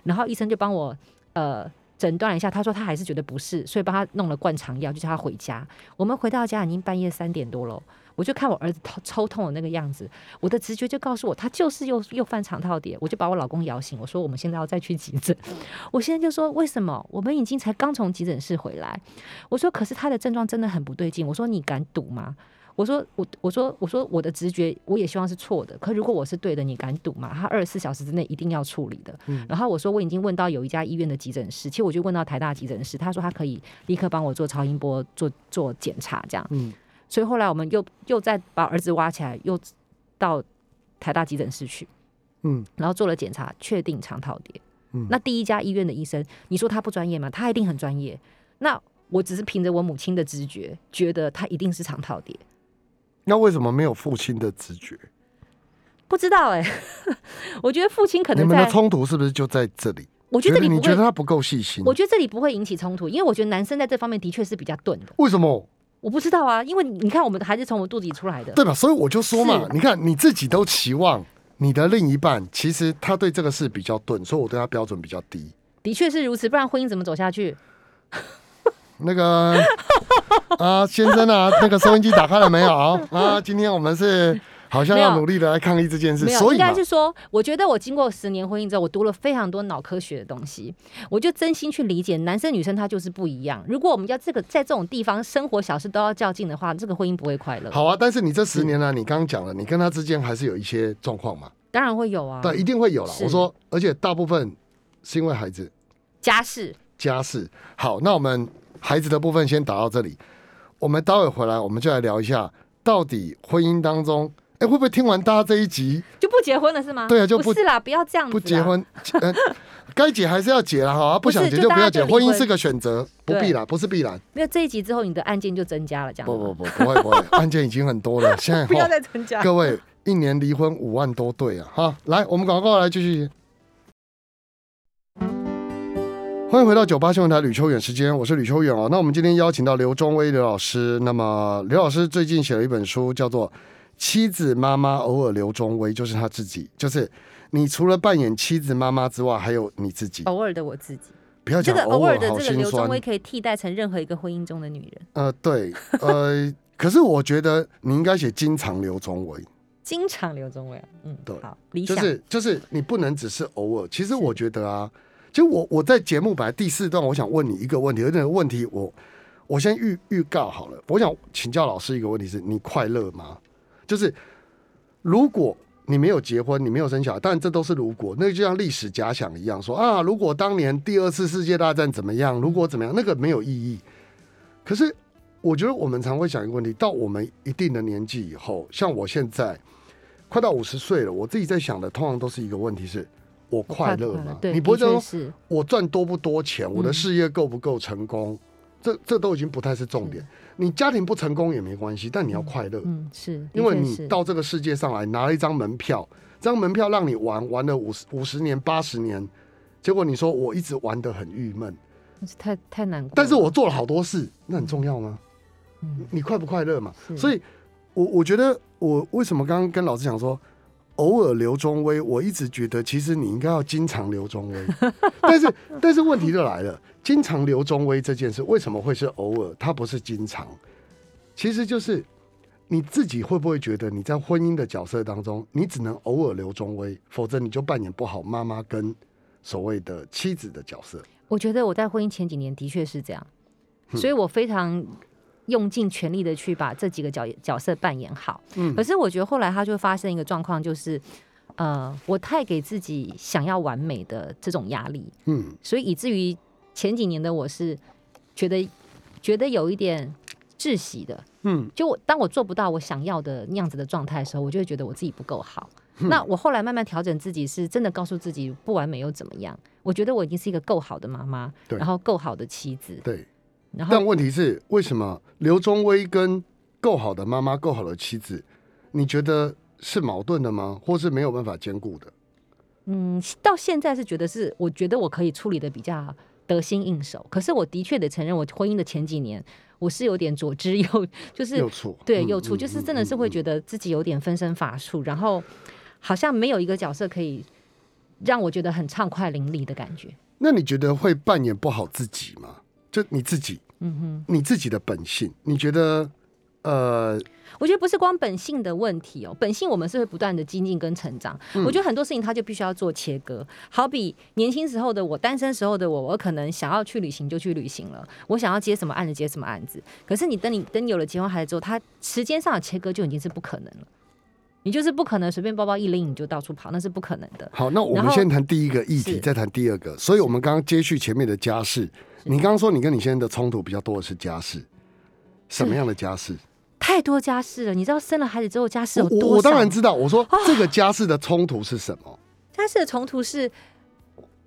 Speaker 3: 然后医生就帮我呃诊断了一下，他说他还是觉得不是，所以帮他弄了灌肠药，就叫他回家。我们回到家已经半夜三点多了。我就看我儿子抽抽痛的那个样子，我的直觉就告诉我，他就是又又犯肠套叠，我就把我老公摇醒，我说我们现在要再去急诊。我现在就说为什么？我们已经才刚从急诊室回来，我说可是他的症状真的很不对劲，我说你敢赌吗？我说我我说我说我的直觉我也希望是错的，可如果我是对的，你敢赌吗？他二十四小时之内一定要处理的。
Speaker 2: 嗯
Speaker 3: 然后我说我已经问到有一家医院的急诊室，其实我就问到台大急诊室，他说他可以立刻帮我做超音波做做检查这样。
Speaker 2: 嗯
Speaker 3: 所以后来我们又又再把儿子挖起来，又到台大急诊室去，
Speaker 2: 嗯
Speaker 3: 然后做了检查，确定肠套叠。
Speaker 2: 嗯
Speaker 3: 那第一家医院的医生，你说他不专业吗？他一定很专业。那我只是凭着我母亲的直觉，觉得他一定是肠套叠。
Speaker 2: 那为什么没有父亲的直觉？
Speaker 3: 不知道哎、 我觉得父亲可
Speaker 2: 你
Speaker 3: 能
Speaker 2: 们的
Speaker 3: 在，
Speaker 2: 冲突是不是就在这里？
Speaker 3: 我觉得
Speaker 2: 你
Speaker 3: 你不
Speaker 2: 觉得
Speaker 3: 会，
Speaker 2: 他不够细心？
Speaker 3: 我觉得这里不会引起冲突，因为我觉得男生在这方面的确是比较钝的。
Speaker 2: 为什么？
Speaker 3: 我不知道啊，因为你看我们的孩子从我肚子里出来的，
Speaker 2: 对吧？所以我就说嘛
Speaker 3: 是，
Speaker 2: 你看你自己都期望你的另一半，其实他对这个事比较钝，所以我对他标准比较低。
Speaker 3: 的确是如此，不然婚姻怎么走下去？
Speaker 2: 那个 啊，先生啊，那个收音机打开了没有啊？今天我们是好像要
Speaker 3: 没有
Speaker 2: 努力的来抗议这件事，
Speaker 3: 没有，
Speaker 2: 所
Speaker 3: 应
Speaker 2: 以嘛
Speaker 3: 该，是说，我觉得我经过十年婚姻之后，我读了非常多脑科学的东西，我就真心去理解男生女生他就是不一样。如果我们要这个在这种地方生活小事都要较劲的话，这个婚姻不会快乐。
Speaker 2: 好啊。但是你这十年呢、你刚刚讲了，你跟他之间还是有一些状况嘛，
Speaker 3: 当然会有啊，
Speaker 2: 但一定会有了。
Speaker 3: 是
Speaker 2: 我说，而且大部分是因为孩子
Speaker 3: 家事
Speaker 2: 家事。好，那我们孩子的部分先打到这里。我们待会回来，我们就来聊一下，到底婚姻当中，哎，会不会听完大家这一集
Speaker 3: 就不结婚了是吗？
Speaker 2: 对啊就不
Speaker 3: 不是啦，不要这样子啦，
Speaker 2: 不结婚，呃， 该结还是要结了哈，不想
Speaker 3: 不
Speaker 2: 结
Speaker 3: 是
Speaker 2: 就
Speaker 3: 就
Speaker 2: 不
Speaker 3: 大
Speaker 2: 要
Speaker 3: 家
Speaker 2: 结，
Speaker 3: 就离
Speaker 2: 婚
Speaker 3: 婚
Speaker 2: 姻是个选择，不必
Speaker 3: 对
Speaker 2: 啦，不是必然。
Speaker 3: 没有这一集之后，你的案件就增加了，这样
Speaker 2: 不
Speaker 3: 吗
Speaker 2: 不不，不会不会，案件已经很多了，现 在
Speaker 3: 不要
Speaker 2: 哈
Speaker 3: 再增加。
Speaker 2: 各位一年离婚五万多对啊，哈，来，我们广告来继续。欢迎回到九八新闻台，吕秋远时间，我是吕秋远哦。那我们今天邀请到刘忠威刘老师，那么刘老师最近写了一本书，叫做《妻子妈妈偶尔刘忠威》，就是他自己，就是你除了扮演妻子妈妈之外，还有你自己。
Speaker 3: 偶尔的我自己，
Speaker 2: 不要
Speaker 3: 这
Speaker 2: 讲
Speaker 3: 个偶尔的
Speaker 2: 好
Speaker 3: 嗯这个
Speaker 2: 心
Speaker 3: 刘
Speaker 2: 酸
Speaker 3: 忠。威可以替代成任何一个婚姻中的女人，
Speaker 2: 呃，对，呃，可是我觉得你应该写经常刘忠威。
Speaker 3: 经常刘忠威啊，嗯，
Speaker 2: 对
Speaker 3: 好，理
Speaker 2: 就
Speaker 3: 想
Speaker 2: 是就是你不能只是偶尔。其实我觉得啊，就我我在节目本来第四段，我想问你一个问题，有点问题我我先预预告好了，我想请教老师一个问题是：你快乐吗？就是如果你没有结婚，你没有生小孩，但这都是如果，那就像历史假想一样，说啊，如果当年第二次世界大战怎么样，如果怎么样，那个没有意义。可是我觉得我们常会想一个问题：到我们一定的年纪以后，像我现在快到五十岁了，我自己在想的通常都是一个问题是：我快乐吗？
Speaker 3: 对，
Speaker 2: 你不会
Speaker 3: 的
Speaker 2: 说
Speaker 3: 确是嗯
Speaker 2: 我赚多不多钱，我的事业够不够成功，这这都已经不太是重点。你家庭不成功也没关系，但你要快乐，
Speaker 3: 嗯是，的
Speaker 2: 因为
Speaker 3: 确
Speaker 2: 你
Speaker 3: 是
Speaker 2: 到这个世界上来拿了一张门票，这张门票让你玩玩了五十五十年、八十年，结果你说我一直玩得很郁闷，
Speaker 3: 太太难过了，
Speaker 2: 但是我做了好多事，那很重要吗？
Speaker 3: 嗯
Speaker 2: 你快不快乐嘛？
Speaker 3: 是
Speaker 2: 所以，我我觉得我为什么刚刚跟老师讲说，偶尔刘忠威，我一直觉得其实你应该要经常刘忠 威，但是但是问题就来了，经常刘忠威这件事为什么会是偶尔，它不是经常？其实就是你自己会不会觉得你在婚姻的角色当中，你只能偶尔刘忠威，否则你就扮演不好妈妈跟所谓的妻子的角色。
Speaker 3: 我觉得我在婚姻前几年的确是这样，
Speaker 2: 嗯
Speaker 3: 所以我非常用尽全力的去把这几个角角色扮演好。
Speaker 2: 嗯
Speaker 3: 可是我觉得后来他就发生一个状况，就是呃，我太给自己想要完美的这种压力，
Speaker 2: 嗯，
Speaker 3: 所以以至于前几年的我是觉得觉得有一点窒息的。
Speaker 2: 嗯，
Speaker 3: 就我当我做不到我想要的那样子的状态的时候，我就会觉得我自己不够好。
Speaker 2: 嗯
Speaker 3: 那我后来慢慢调整自己，是真的告诉自己不完美又怎么样？我觉得我已经是一个够好的妈妈，
Speaker 2: 对
Speaker 3: 然后够好的妻子，
Speaker 2: 对。
Speaker 3: 然后
Speaker 2: 但问题是，为什么刘忠威跟够好的妈妈、够好的妻子，你觉得是矛盾的吗？或是没有办法兼顾的？
Speaker 3: 嗯，到现在是觉得是，我觉得我可以处理的比较得心应手。可是我的确得承认，我婚姻的前几年，我是有点左支右， 就是
Speaker 2: 又错，
Speaker 3: 对
Speaker 2: 嗯
Speaker 3: 右出，就是真的是会觉得自己有点分身乏术，然后好像没有一个角色可以让我觉得很畅快淋漓的感觉。
Speaker 2: 那你觉得会扮演不好自己吗？就你自己，
Speaker 3: 嗯哼。
Speaker 2: 你自己的本性，你觉得？呃，
Speaker 3: 我觉得不是光本性的问题哦，本性我们是会不断的精进跟成长。
Speaker 2: 嗯
Speaker 3: 我觉得很多事情它就必须要做切割。好比年轻时候的我，单身时候的我，我可能想要去旅行就去旅行了，我想要接什么案子接什么案子。可是你等你等你有了结婚孩子之后，它时间上的切割就已经是不可能了。你就是不可能随便包包一拎你就到处跑，那是不可能的。
Speaker 2: 好，那我
Speaker 3: 然
Speaker 2: 们
Speaker 3: 后
Speaker 2: 先谈第一个议题，
Speaker 3: 是
Speaker 2: 再谈第二个。所以，我们刚刚接续前面的家事。你刚刚说你跟你先生的冲突比较多的是家事，什么样的家事？
Speaker 3: 太多家事了，你知道生了孩子之后家事有多
Speaker 2: 我
Speaker 3: 少啊
Speaker 2: 我当然知道，我说这个家事的冲突是什么？
Speaker 3: 但是冲突是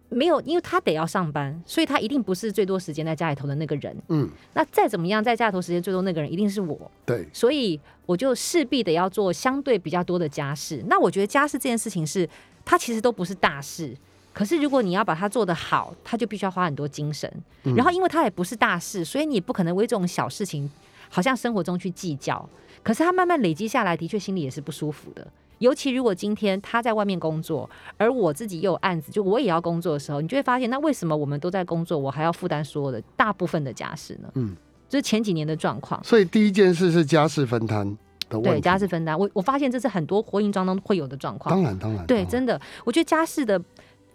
Speaker 3: 没有，因为他得要上班，所以他一定不是最多时间在家里头的那个人。
Speaker 2: 嗯，
Speaker 3: 那再怎么样，在家里头时间最多那个人一定是我，
Speaker 2: 对，
Speaker 3: 所以我就势必得要做相对比较多的家事。那我觉得家事这件事情是，它其实都不是大事。可是如果你要把它做得好，它就必须要花很多精神。然后因为它也不是大事，所以你也不可能为这种小事情，好像生活中去计较。可是它慢慢累积下来，的确心里也是不舒服的。尤其如果今天他在外面工作，而我自己又有案子，就我也要工作的时候，你就会发现，那为什么我们都在工作，我还要负担所有的大部分的家事呢？
Speaker 2: 嗯，
Speaker 3: 就是前几年的状况。
Speaker 2: 所以第一件事是家事分摊的问
Speaker 3: 对
Speaker 2: 题。
Speaker 3: 家事分担，我我发现这是很多婚姻当中会有的状况。
Speaker 2: 当然当然，
Speaker 3: 对，
Speaker 2: 当然
Speaker 3: 真的，我觉得家事的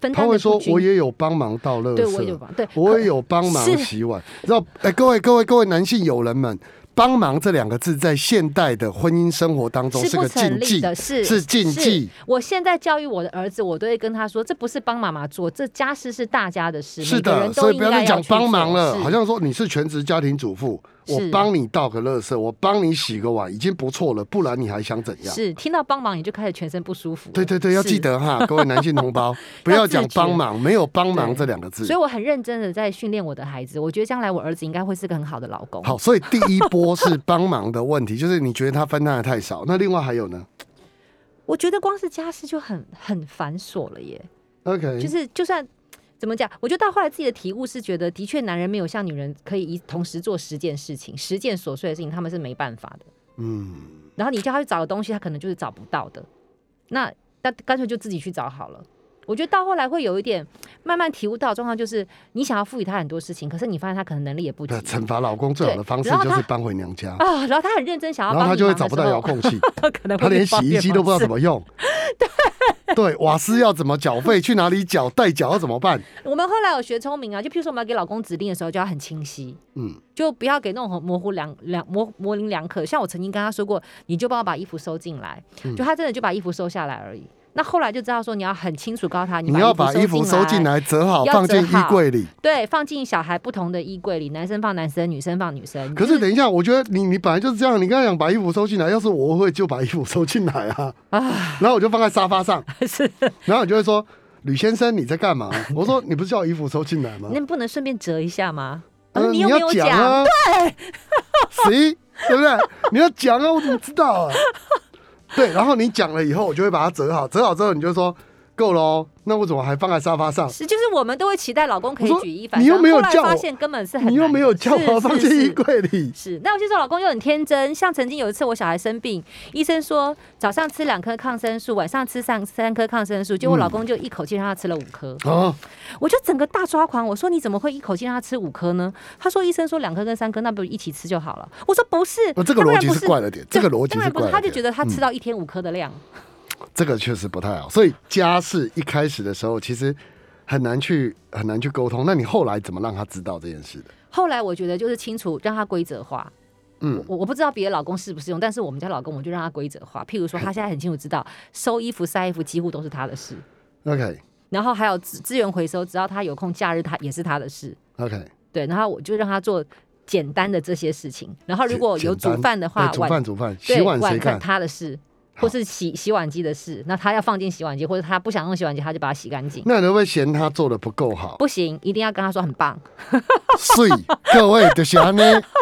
Speaker 3: 分
Speaker 2: 他
Speaker 3: 担的
Speaker 2: 会说
Speaker 3: 不均
Speaker 2: 我也有帮忙倒垃圾，
Speaker 3: 对我也有吧，对
Speaker 2: 我也有帮忙
Speaker 3: 是
Speaker 2: 洗碗。然后哎，各位各位各位男性友人们，帮忙这两个字在现代的婚姻生活当中
Speaker 3: 是不
Speaker 2: 个禁
Speaker 3: 成立
Speaker 2: 忌
Speaker 3: 的，，是
Speaker 2: 是禁忌
Speaker 3: 是。我现在教育我的儿子，我都会跟他说，这不是帮妈妈做，这家事是大家的事，
Speaker 2: 是
Speaker 3: 每个
Speaker 2: 的，
Speaker 3: 人
Speaker 2: 所
Speaker 3: 都
Speaker 2: 以
Speaker 3: 应
Speaker 2: 不要
Speaker 3: 该
Speaker 2: 再讲
Speaker 3: 去做
Speaker 2: 帮忙了，
Speaker 3: 是
Speaker 2: 好像说你是全职家庭主妇，我
Speaker 3: 是
Speaker 2: 帮你倒个垃圾，我帮你洗个碗，已经不错了，不然你还想怎样？
Speaker 3: 是听到帮忙你就开始全身不舒服了。
Speaker 2: 对对对，要
Speaker 3: 是
Speaker 2: 记。得 哈，各位男性同胞，不要讲帮忙，没有帮忙
Speaker 3: 对
Speaker 2: 这两个字
Speaker 3: 所以。我很认真的在训练我的孩子，我觉得将来我儿子应该会是个很好的老公。
Speaker 2: 好，所以第一波是帮忙的问 题，就是你觉得他分担的太少。那另外还有呢
Speaker 3: 我觉得光是家事就很很繁琐了耶，
Speaker 2: ？OK，
Speaker 3: 就是就算。怎么讲？我觉得到后来自己的体悟是觉得，的确男人没有像女人可以一同时做十件事情，十件琐碎的事情，他们是没办法的。
Speaker 2: 嗯，
Speaker 3: 然后你叫他去找的东西，他可能就是找不到的。那那干脆就自己去找好了。我觉得到后来会有一点慢慢体悟到的状况，就是你想要赋予他很多事情，可是你发现他可能能力也不及
Speaker 2: 那
Speaker 3: 啊、
Speaker 2: 惩罚老公最好的方式
Speaker 3: 对然后
Speaker 2: 就是
Speaker 3: 他
Speaker 2: 搬回娘家，
Speaker 3: 然后他很认真想要
Speaker 2: 然
Speaker 3: 帮
Speaker 2: 后
Speaker 3: 你
Speaker 2: 他就会
Speaker 3: 忙的
Speaker 2: 找不到
Speaker 3: 时候
Speaker 2: 遥，控器，
Speaker 3: 可能会
Speaker 2: 他连
Speaker 3: 去
Speaker 2: 洗
Speaker 3: 方
Speaker 2: 衣
Speaker 3: 便
Speaker 2: 机都不知道
Speaker 3: 方式
Speaker 2: 怎么用。对，瓦斯要怎么缴 费？去哪里缴？代缴要怎么办？
Speaker 3: 我们后来有学聪明啊，就譬如说我们要给老公指令的时候，就要很清晰，
Speaker 2: 嗯，
Speaker 3: 就不要给那种很模糊两两模模棱两可。像我曾经跟他说过，你就帮我把衣服收进来，
Speaker 2: 嗯
Speaker 3: 就他真的就把衣服收下来而已。那后来就知道说，你要很清楚告诉他，
Speaker 2: 你要把衣服收进
Speaker 3: 来，
Speaker 2: 来，折好
Speaker 3: 要
Speaker 2: 放进
Speaker 3: 折
Speaker 2: 衣
Speaker 3: 好
Speaker 2: 柜里。
Speaker 3: 对，放进小孩不同的衣柜里，男生放男生，女生放 女生。
Speaker 2: 可
Speaker 3: 就是
Speaker 2: 等一下，我觉得你你本来就是这样，你刚才讲把衣服收进来，要是我会就把衣服收进来啊，然后我就放在沙发上，
Speaker 3: 是
Speaker 2: 然后你就会说。吕先生，你在干嘛？ 我说你不是叫我衣服收进来吗？
Speaker 3: 那不能顺便折一下吗？
Speaker 2: 嗯，
Speaker 3: 啊你又没有
Speaker 2: 要讲啊， 对，谁对不对？你要讲啊，我怎么知道啊？ 对，然后你讲了以后，我就会把它折好，折好之后你就说够喽，那我怎么还放在沙发 上？
Speaker 3: 是，就是我们都会期待老公可
Speaker 2: 我
Speaker 3: 以
Speaker 2: 说
Speaker 3: 举一反三，
Speaker 2: 你又没有
Speaker 3: 后来
Speaker 2: 叫我
Speaker 3: 发现根本是很
Speaker 2: 你又
Speaker 3: 难
Speaker 2: 没有
Speaker 3: 的
Speaker 2: 叫我
Speaker 3: 是
Speaker 2: 放
Speaker 3: 是
Speaker 2: 进衣
Speaker 3: 是
Speaker 2: 柜里，
Speaker 3: 是，那我就说老公又很天真，像曾经有一次我小孩生病，医生说早上吃两颗抗生素，晚上吃三三颗抗生素，结果我
Speaker 2: 嗯
Speaker 3: 老公就一口气让他吃了五颗，
Speaker 2: 啊，
Speaker 3: 我就整个大抓狂，我说你怎么会一口气让他吃五颗呢？他说医生说两颗跟三颗，那不一起吃就好了。我说不是，
Speaker 2: 呃这个
Speaker 3: 当然
Speaker 2: 逻辑
Speaker 3: 不
Speaker 2: 是怪了点，这
Speaker 3: 对
Speaker 2: 个逻辑
Speaker 3: 当
Speaker 2: 是
Speaker 3: 然不
Speaker 2: 怪嗯了
Speaker 3: 是，他就
Speaker 2: 点嗯
Speaker 3: 觉得他吃到一天五颗的量，
Speaker 2: 这个确实不太好。所以家事一开始的时候，其实很难去很难去沟通。那你后来怎么让他知道这件事的？
Speaker 3: 后来我觉得就是清楚让他规则化。
Speaker 2: 嗯，
Speaker 3: 我我不知道别的老公适不适用，但是我们家老公我就让他规则化。譬如说，他现在很清楚知道收衣服、晒衣服几乎都是他的事，
Speaker 2: OK
Speaker 3: 然后还有资资源回收，只要他有空，假日他也是他的事。
Speaker 2: OK，
Speaker 3: 对，然后我就让他做简单的这些事情。然后如果有煮饭的话，
Speaker 2: 哎煮
Speaker 3: 碗
Speaker 2: 饭煮饭，
Speaker 3: 对
Speaker 2: 洗碗谁
Speaker 3: 看
Speaker 2: 干？
Speaker 3: 他的事，或是洗洗碗机的事，那他要放进洗碗机，或者他不想用洗碗机，他就把它洗干净。
Speaker 2: 那你会不会嫌他做的不够好？
Speaker 3: 不行，一定要跟他说很棒。
Speaker 2: 所以各位的喜欢呢，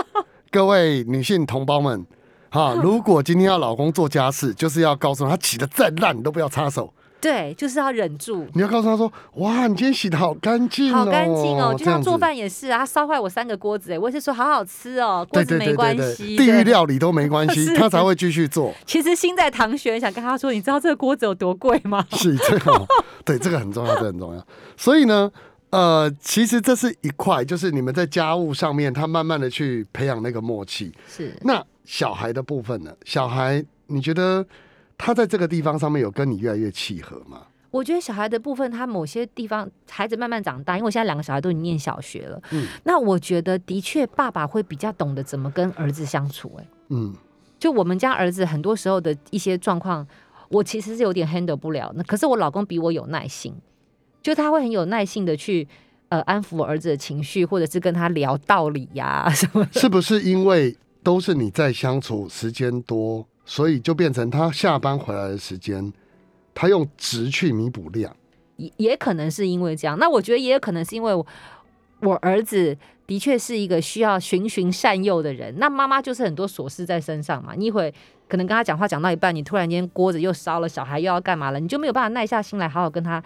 Speaker 2: 各位女性同胞们， 哈，如果今天要老公做家事，就是要告诉他洗的再烂，你都不要插手，
Speaker 3: 对，就是要忍住。
Speaker 2: 你要告诉他说，哇，你今天洗的好干净哦，
Speaker 3: 好干净哦，就
Speaker 2: 这
Speaker 3: 像
Speaker 2: 样子
Speaker 3: 做。饭也是啊，他烧坏我三个锅子哎，我也是说好好吃哦，锅
Speaker 2: 对
Speaker 3: 子
Speaker 2: 对
Speaker 3: 没
Speaker 2: 对
Speaker 3: 关
Speaker 2: 对
Speaker 3: 系，
Speaker 2: 对，地狱
Speaker 3: 对。
Speaker 2: 料理都没关系，
Speaker 3: 是
Speaker 2: 他才会继续做。
Speaker 3: 其实心在淌血，想跟他说，你知道这个锅子有多贵吗？
Speaker 2: 是这个哦，对，这个很重要，这个很重要。所以呢，呃，其实这是一块，就是你们在家务上面，他慢慢的去培养那个默契。
Speaker 3: 是
Speaker 2: 那小孩的部分呢？小孩，你觉得他在这个地方上面有跟你越来越契合吗？
Speaker 3: 我觉得小孩的部分，他某些地方孩子慢慢长大，因为我现在两个小孩都已经念小学了。
Speaker 2: 嗯
Speaker 3: 那我觉得的确，爸爸会比较懂得怎么跟儿子相处、哎，
Speaker 2: 嗯，
Speaker 3: 就我们家儿子很多时候的一些状况，我其实是有点 handle 不了。那可是我老公比我有耐心，就他会很有耐心的去呃安抚我儿子的情绪，或者是跟他聊道理呀、什么的。
Speaker 2: 是不是因为都是你在相处时间多，所以就变成他下班回来的时间，他用值去弥补量？
Speaker 3: 也也可能是因为这样。那我觉得也有可能是因为我我儿子的确是一个需要循循善诱的人。那妈妈就是很多琐事在身上嘛，你一会可能跟他讲话讲到一半，你突然间锅子又烧了，小孩又要干嘛了，你就没有办法耐下心来好好跟他。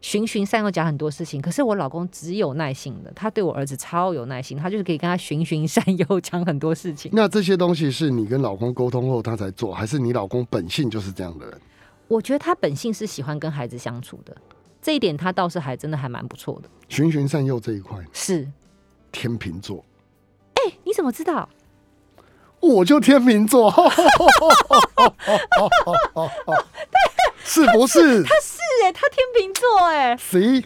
Speaker 3: 循循善诱讲很多事情，可是我老公只有耐心的，他对我儿子超有耐心，他就是可以跟他循循善诱 讲很多事情。
Speaker 2: 那这些东西是你跟老公沟通后他才做，还是你老公本性就是这样的人？
Speaker 3: 我觉得他本性是喜欢跟孩子相处的，这一点他倒是还真的还蛮不错的。
Speaker 2: 循循善诱这一块，
Speaker 3: 是，
Speaker 2: 天秤座，
Speaker 3: 哎你怎么知道？
Speaker 2: 我就天秤座， 是不是？
Speaker 3: 是哎、他天秤座哎、
Speaker 2: 谁？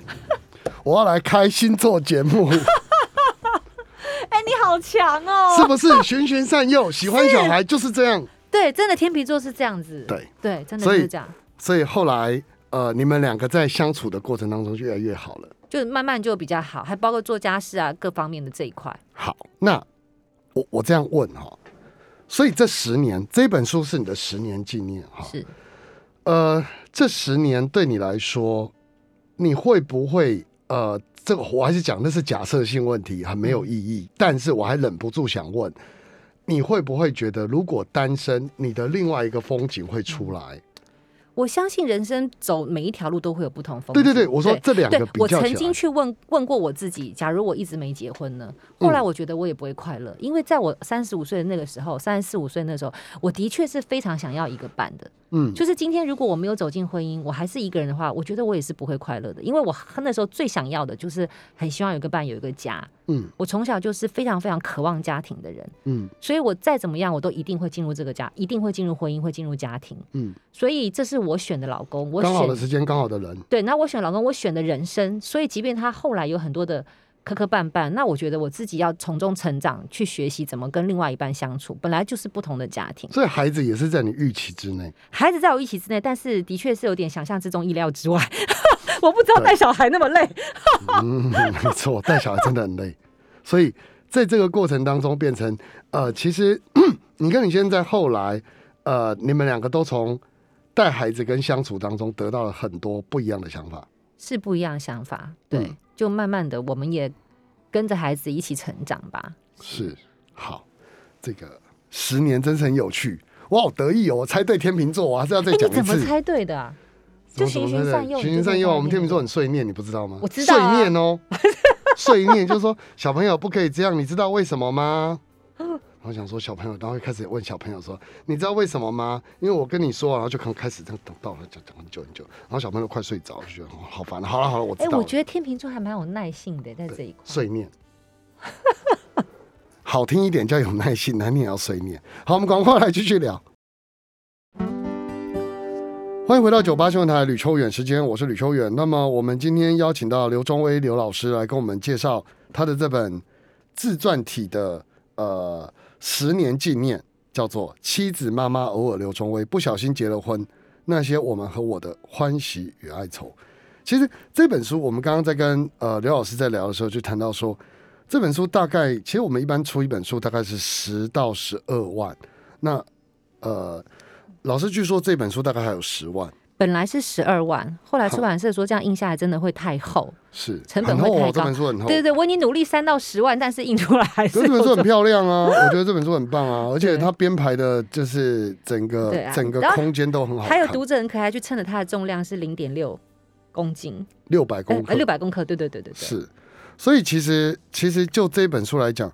Speaker 2: 我要来开星座节目。
Speaker 3: 哎、哎、你好强哦！
Speaker 2: 是不是循循善 诱？喜欢小孩就是这样。
Speaker 3: 对，真的天秤座是这样子。
Speaker 2: 对
Speaker 3: 对，真的
Speaker 2: 所以
Speaker 3: 是这样，
Speaker 2: 所以后来，呃，你们两个在相处的过程当中就越来越好了。
Speaker 3: 就是慢慢就比较好，还包括做家事啊各方面的这一块。
Speaker 2: 好，那我我这样问哈、所以这十年这本书是你的十年纪念哈、
Speaker 3: 是
Speaker 2: 呃，这十年对你来说，你会不会呃，这个我还是讲那是假设性问题，啊很没有意
Speaker 3: 嗯
Speaker 2: 义。但是我还忍不住想问，你会不会觉得，如果单身，你的另外一个风景会出来？
Speaker 3: 我相信人生走每一条路都会有不同嗯风景。
Speaker 2: 对对对，我说这两
Speaker 3: 对
Speaker 2: 个比
Speaker 3: 我
Speaker 2: 较
Speaker 3: 曾
Speaker 2: 起来
Speaker 3: 经，去问问过我自己，假如我一直没结婚呢？
Speaker 2: 嗯
Speaker 3: 后来我觉得我也不会快乐，因为在我三十五岁的那个时候，三十四五岁那时候，我的确是非常想要一个伴的。
Speaker 2: 嗯，
Speaker 3: 就是今天如果我没有走进婚姻，我还是一个人的话，我觉得我也是不会快乐的，因为我那时候最想要的就是很希望有一个伴，有一个家。
Speaker 2: 嗯
Speaker 3: 我从小就是非常非常渴望家庭的人，
Speaker 2: 嗯
Speaker 3: 所以我再怎么样，我都一定会进入这个家，一定会进入婚姻，会进入家庭。
Speaker 2: 嗯，
Speaker 3: 所以这是我选的老公，我
Speaker 2: 刚好的
Speaker 3: 选
Speaker 2: 时间，刚好的人，
Speaker 3: 对，那我选老公，我选的人生，所以即便他后来有很多的磕磕绊绊，那我觉得我自己要从中成长，去学习怎么跟另外一半相处，本来就是不同的家庭，
Speaker 2: 所以孩子也是在你预期之内。
Speaker 3: 孩子在我预期之内，但是的确是有点想象之中、意料之外。 我不知道带小孩那么累，
Speaker 2: 嗯，没错，带小孩真的很累，所以在这个过程当中，变成呃，其实 你跟你现在后来，呃，你们两个都从带孩子跟相处当中得到了很多不一样的想法。
Speaker 3: 是不一样的想法。对，
Speaker 2: 嗯
Speaker 3: 就慢慢的，我们也跟着孩子一起成长吧。
Speaker 2: 是，好，这个十年真是很有趣，我好得意哦，我猜对天秤座，我还是要再
Speaker 3: 哎，
Speaker 2: 讲
Speaker 3: 你
Speaker 2: 一
Speaker 3: 怎么
Speaker 2: 次。
Speaker 3: 猜对的啊？
Speaker 2: 怎
Speaker 3: 就
Speaker 2: 么怎
Speaker 3: 循
Speaker 2: 么
Speaker 3: 循
Speaker 2: 对
Speaker 3: 善诱，
Speaker 2: 循循善诱啊！我们天秤座
Speaker 3: 你
Speaker 2: 很碎念，你不知道吗？
Speaker 3: 我知道啊
Speaker 2: 碎念 哦，碎念就是说小朋友不可以这样，你知道为什么吗？
Speaker 3: 嗯
Speaker 2: 然后想说小朋友，然后开始问小朋友说：“你知道为什么吗？”因为我跟你说啊，然后就刚开始这样等到了，讲讲很久很久，然后小朋友快睡着，就觉得哦好烦。好了好了，我知道
Speaker 3: 就是
Speaker 2: 了。
Speaker 3: 哎我觉得天秤座还蛮有耐性的，在这一块。
Speaker 2: 碎念， 好听一点叫有耐心，难听也要碎念。好，我们赶快来继续聊。欢迎回到九八新闻台，吕秋远时间，我是吕秋远。那么我们今天邀请到刘忠威刘老师来跟我们介绍他的这本自传体的呃十年纪念，叫做《妻子妈妈偶尔刘忠威不小心结了婚》，那些我们和我的欢喜与哀愁。其实这本书，我们刚刚在跟呃刘老师在聊的时候，就谈到说，这本书大概，其实我们一般出一本书大概是十到十二万，那呃，老师据说这本书大概还有十万，
Speaker 3: 本来是十二万，后来出版社说这样印下来真的会太厚。
Speaker 2: 是
Speaker 3: 成本
Speaker 2: 很
Speaker 3: 会
Speaker 2: 厚、哦
Speaker 3: 太，
Speaker 2: 这
Speaker 3: 高
Speaker 2: 本书很厚，
Speaker 3: 对对对，我已经努力删到十万，但是印出来还是
Speaker 2: 可是这本
Speaker 3: 有
Speaker 2: 书很
Speaker 3: 种
Speaker 2: 漂亮啊， 我觉得这本书很棒啊，而且
Speaker 3: 对
Speaker 2: 它编排的就是整个、
Speaker 3: 对啊
Speaker 2: 整个
Speaker 3: 然后
Speaker 2: 空间都很好看，
Speaker 3: 还有读者很可爱，去称了它的重量是零点六公斤，呃
Speaker 2: 六百公克
Speaker 3: 六百公克，对对对对对，
Speaker 2: 是，所以其实其实就这本书来讲，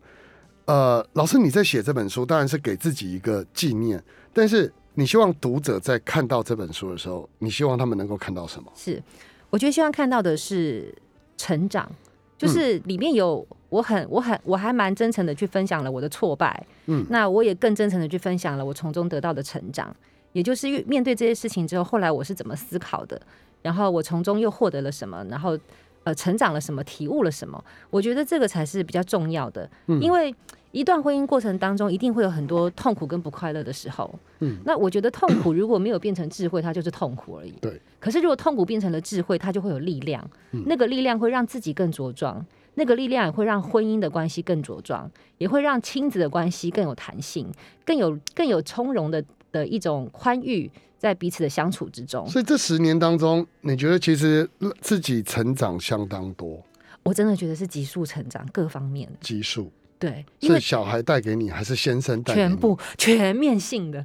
Speaker 2: 呃，老师你在写这本书，当然是给自己一个纪念，但是你希望读者在看到这本书的时候，你希望他们能够看到什么？
Speaker 3: 是。我觉得希望看到的是成长，
Speaker 2: 嗯
Speaker 3: 就是里面有我很我很我还蛮真诚的去分享了我的挫败，
Speaker 2: 嗯
Speaker 3: 那我也更真诚的去分享了我从中得到的成长，也就是越面对这些事情之后，后来我是怎么思考的，然后我从中又获得了什么，然后呃成长了什么，体悟了什么，我觉得这个才是比较重要的，
Speaker 2: 嗯
Speaker 3: 因为一段婚姻过程当中一定会有很多痛苦跟不快乐的时候，
Speaker 2: 嗯，
Speaker 3: 那我觉得痛苦如果没有变成智慧，它就是痛苦而已，
Speaker 2: 对，嗯
Speaker 3: 可是如果痛苦变成了智慧，它就会有力量，那个力量会让自己更茁壮。那个力量也会让婚姻的关系更茁壮，也会让亲子的关系更有弹性，更有更有从容的的一种宽裕在彼此的相处之中。
Speaker 2: 所以这十年当中，你觉得其实自己成长相当多，
Speaker 3: 我真的觉得是急速成长各方面，
Speaker 2: 基数
Speaker 3: 对，因
Speaker 2: 是
Speaker 3: 为
Speaker 2: 小孩带给你，还是先生带给你？
Speaker 3: 全部 全面性的。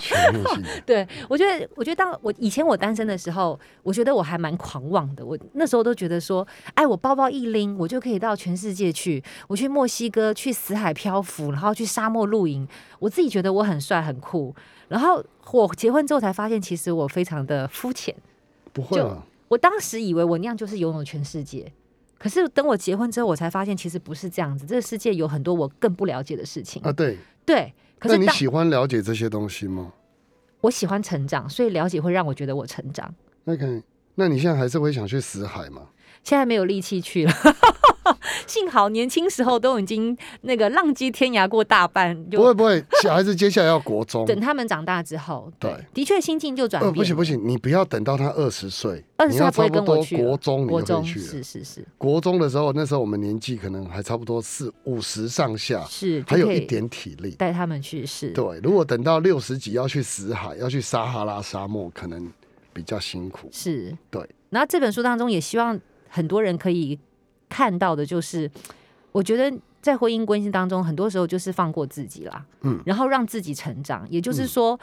Speaker 2: 全面性的。
Speaker 3: 对我觉得，我觉得当我以前我单身的时候，我觉得我还蛮狂妄的。我那时候都觉得说，哎，我包包一拎，我就可以到全世界去，我去墨西哥，去死海漂浮，然后去沙漠露营。我自己觉得我很帅很酷。然后我结婚之后才发现，其实我非常的肤浅。
Speaker 2: 不会啊，
Speaker 3: 我当时以为我那样就是拥有全世界，可是等我结婚之后，我才发现其实不是这样子。这个世界有很多我更不了解的事情。
Speaker 2: 啊对。
Speaker 3: 对，可
Speaker 2: 那
Speaker 3: 是
Speaker 2: 你
Speaker 3: 当
Speaker 2: 喜欢了解这些东西吗
Speaker 3: 我喜欢成长，所以了解会让我觉得我成长。
Speaker 2: ？OK，那你现在还是会想去死海吗？
Speaker 3: 现在没有力气去了， 幸好年轻时候都已经那个浪迹天涯过大半，
Speaker 2: 不
Speaker 3: 就
Speaker 2: 会不会，小孩子接下来要国 中。
Speaker 3: 等他们长大之后，
Speaker 2: 对
Speaker 3: 的确心境就转
Speaker 2: 呃，
Speaker 3: 变。
Speaker 2: 不行不，行，你不要等到他二十岁，
Speaker 3: 20
Speaker 2: 你
Speaker 3: 岁
Speaker 2: 要
Speaker 3: 他不
Speaker 2: 差
Speaker 3: 会
Speaker 2: 不
Speaker 3: 跟我
Speaker 2: 多
Speaker 3: 去了
Speaker 2: 国中你
Speaker 3: 国
Speaker 2: 就可以
Speaker 3: 中
Speaker 2: 去了
Speaker 3: 是是是
Speaker 2: 国中的时候，那时候我们年纪可能还差不多四五十上下，
Speaker 3: 是，就
Speaker 2: 还有
Speaker 3: 可以
Speaker 2: 一点体力。
Speaker 3: 带他们去是。
Speaker 2: 对，如果等到六十几要去死海，要去撒哈拉沙漠，可能比较辛苦。
Speaker 3: 是，
Speaker 2: 对。
Speaker 3: 然后这本书当中也希望很多人可以看到的，就是我觉得在婚姻关系当中，很多时候就是放过自己啦，
Speaker 2: 嗯，
Speaker 3: 然后让自己成长。也就是说，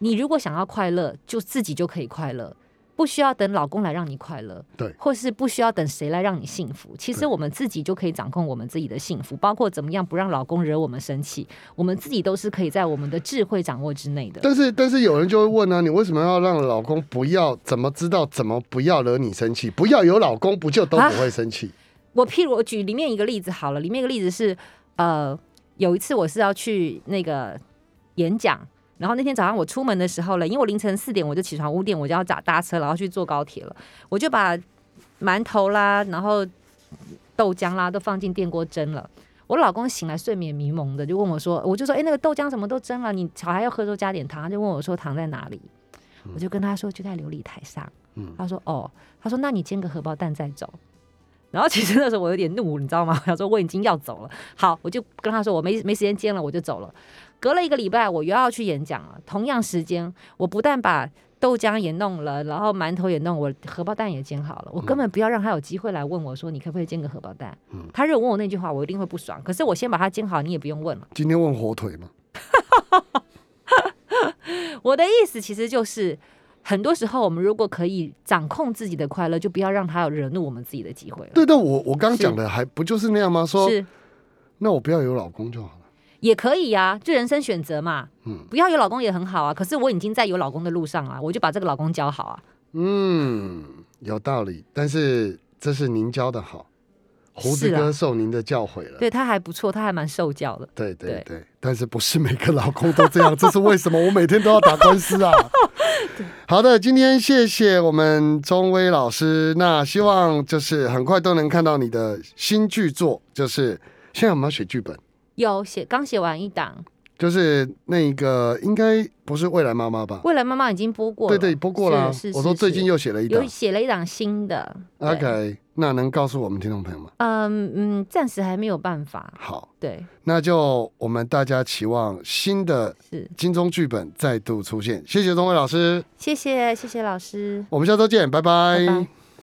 Speaker 3: 你如果想要快乐，就自己就可以快乐。不需要等老公来让你快乐，
Speaker 2: 对
Speaker 3: 或是不需要等谁来让你幸福。其实
Speaker 2: 对
Speaker 3: 我们自己就可以掌控我们自己的幸福，包括怎么样不让老公惹我们生气，我们自己都是可以在我们的智慧掌握之内的。
Speaker 2: 但是，但是有人就会问啊，你为什么要让老公不要？怎么知道怎么不要惹你生气？不要有老公，不就都
Speaker 3: 啊
Speaker 2: 不会生气？
Speaker 3: 我譬如我举里面一个例子好了，里面一个例子是，呃，有一次我是要去那个演讲，然后那天早上我出门的时候了，因为我凌晨四点我就起床，五点我就要打搭车，然后去坐高铁了，我就把馒头啦，然后豆浆啦都放进电锅蒸了。我老公醒来睡眠迷蒙的，就问我说，我就说，哎、那个豆浆什么都蒸了，你小孩要喝粥加点糖，他就问我说糖在哪里，我就跟他说就在琉璃台上，
Speaker 2: 嗯
Speaker 3: 他说哦，他说那你煎个荷包蛋再走。然后其实那时候我有点怒，你知道吗？我 想说我已经要走了，好，我就跟他说我没没时间煎了，我就走了。隔了一个礼拜，我又要去演讲了，同样时间，我不但把豆浆也弄了，然后馒头也弄，我荷包蛋也煎好了，我根本不要让他有机会来问我说你可不可以煎个荷包蛋。
Speaker 2: 嗯
Speaker 3: 他如果问我那句话，我一定会不爽。可是我先把它煎好，你也不用问了。
Speaker 2: 今天问火腿嘛，
Speaker 3: 我的意思其实就是，很多时候我们如果可以掌控自己的快乐，就不要让他有惹怒我们自己的机会了。
Speaker 2: 对，但我我刚
Speaker 3: 是
Speaker 2: 讲的还不就是那样吗？说
Speaker 3: 是。
Speaker 2: 那我不要有老公就好了。
Speaker 3: 也可以呀、就人生选择嘛。
Speaker 2: 嗯
Speaker 3: 不要有老公也很好啊。可是我已经在有老公的路上啊，我就把这个老公教好啊。
Speaker 2: 嗯，有道理，但是这是您教的好，胡子
Speaker 3: 是啊
Speaker 2: 哥受您的教诲了。
Speaker 3: 对他还不错，他还蛮受教的。
Speaker 2: 对对
Speaker 3: 对
Speaker 2: 对，但是不是每个老公都这样？这是为什么？我每天都要打官司 啊！好的，今天谢谢我们钟威老师，那希望就是很快都能看到你的新剧作，就是现在我们要写剧本，
Speaker 3: 有写刚写完一档，
Speaker 2: 就是那个应该不是未来妈妈吧？
Speaker 3: 未来妈妈已经播过
Speaker 2: 对
Speaker 3: 了，
Speaker 2: 对，播过了啊
Speaker 3: 是是。
Speaker 2: 我说
Speaker 3: 是
Speaker 2: 最近
Speaker 3: 是
Speaker 2: 又写了一档
Speaker 3: 有写了一档新的。对
Speaker 2: ，OK，那能告诉我们听众朋友吗？
Speaker 3: 嗯嗯，暂时还没有办法。
Speaker 2: 好，
Speaker 3: 对，
Speaker 2: 那就我们大家期望新的
Speaker 3: 是
Speaker 2: 金钟剧本再度出现。谢谢钟威老师，
Speaker 3: 谢谢谢谢老师。
Speaker 2: 我们下周见，拜
Speaker 3: 拜拜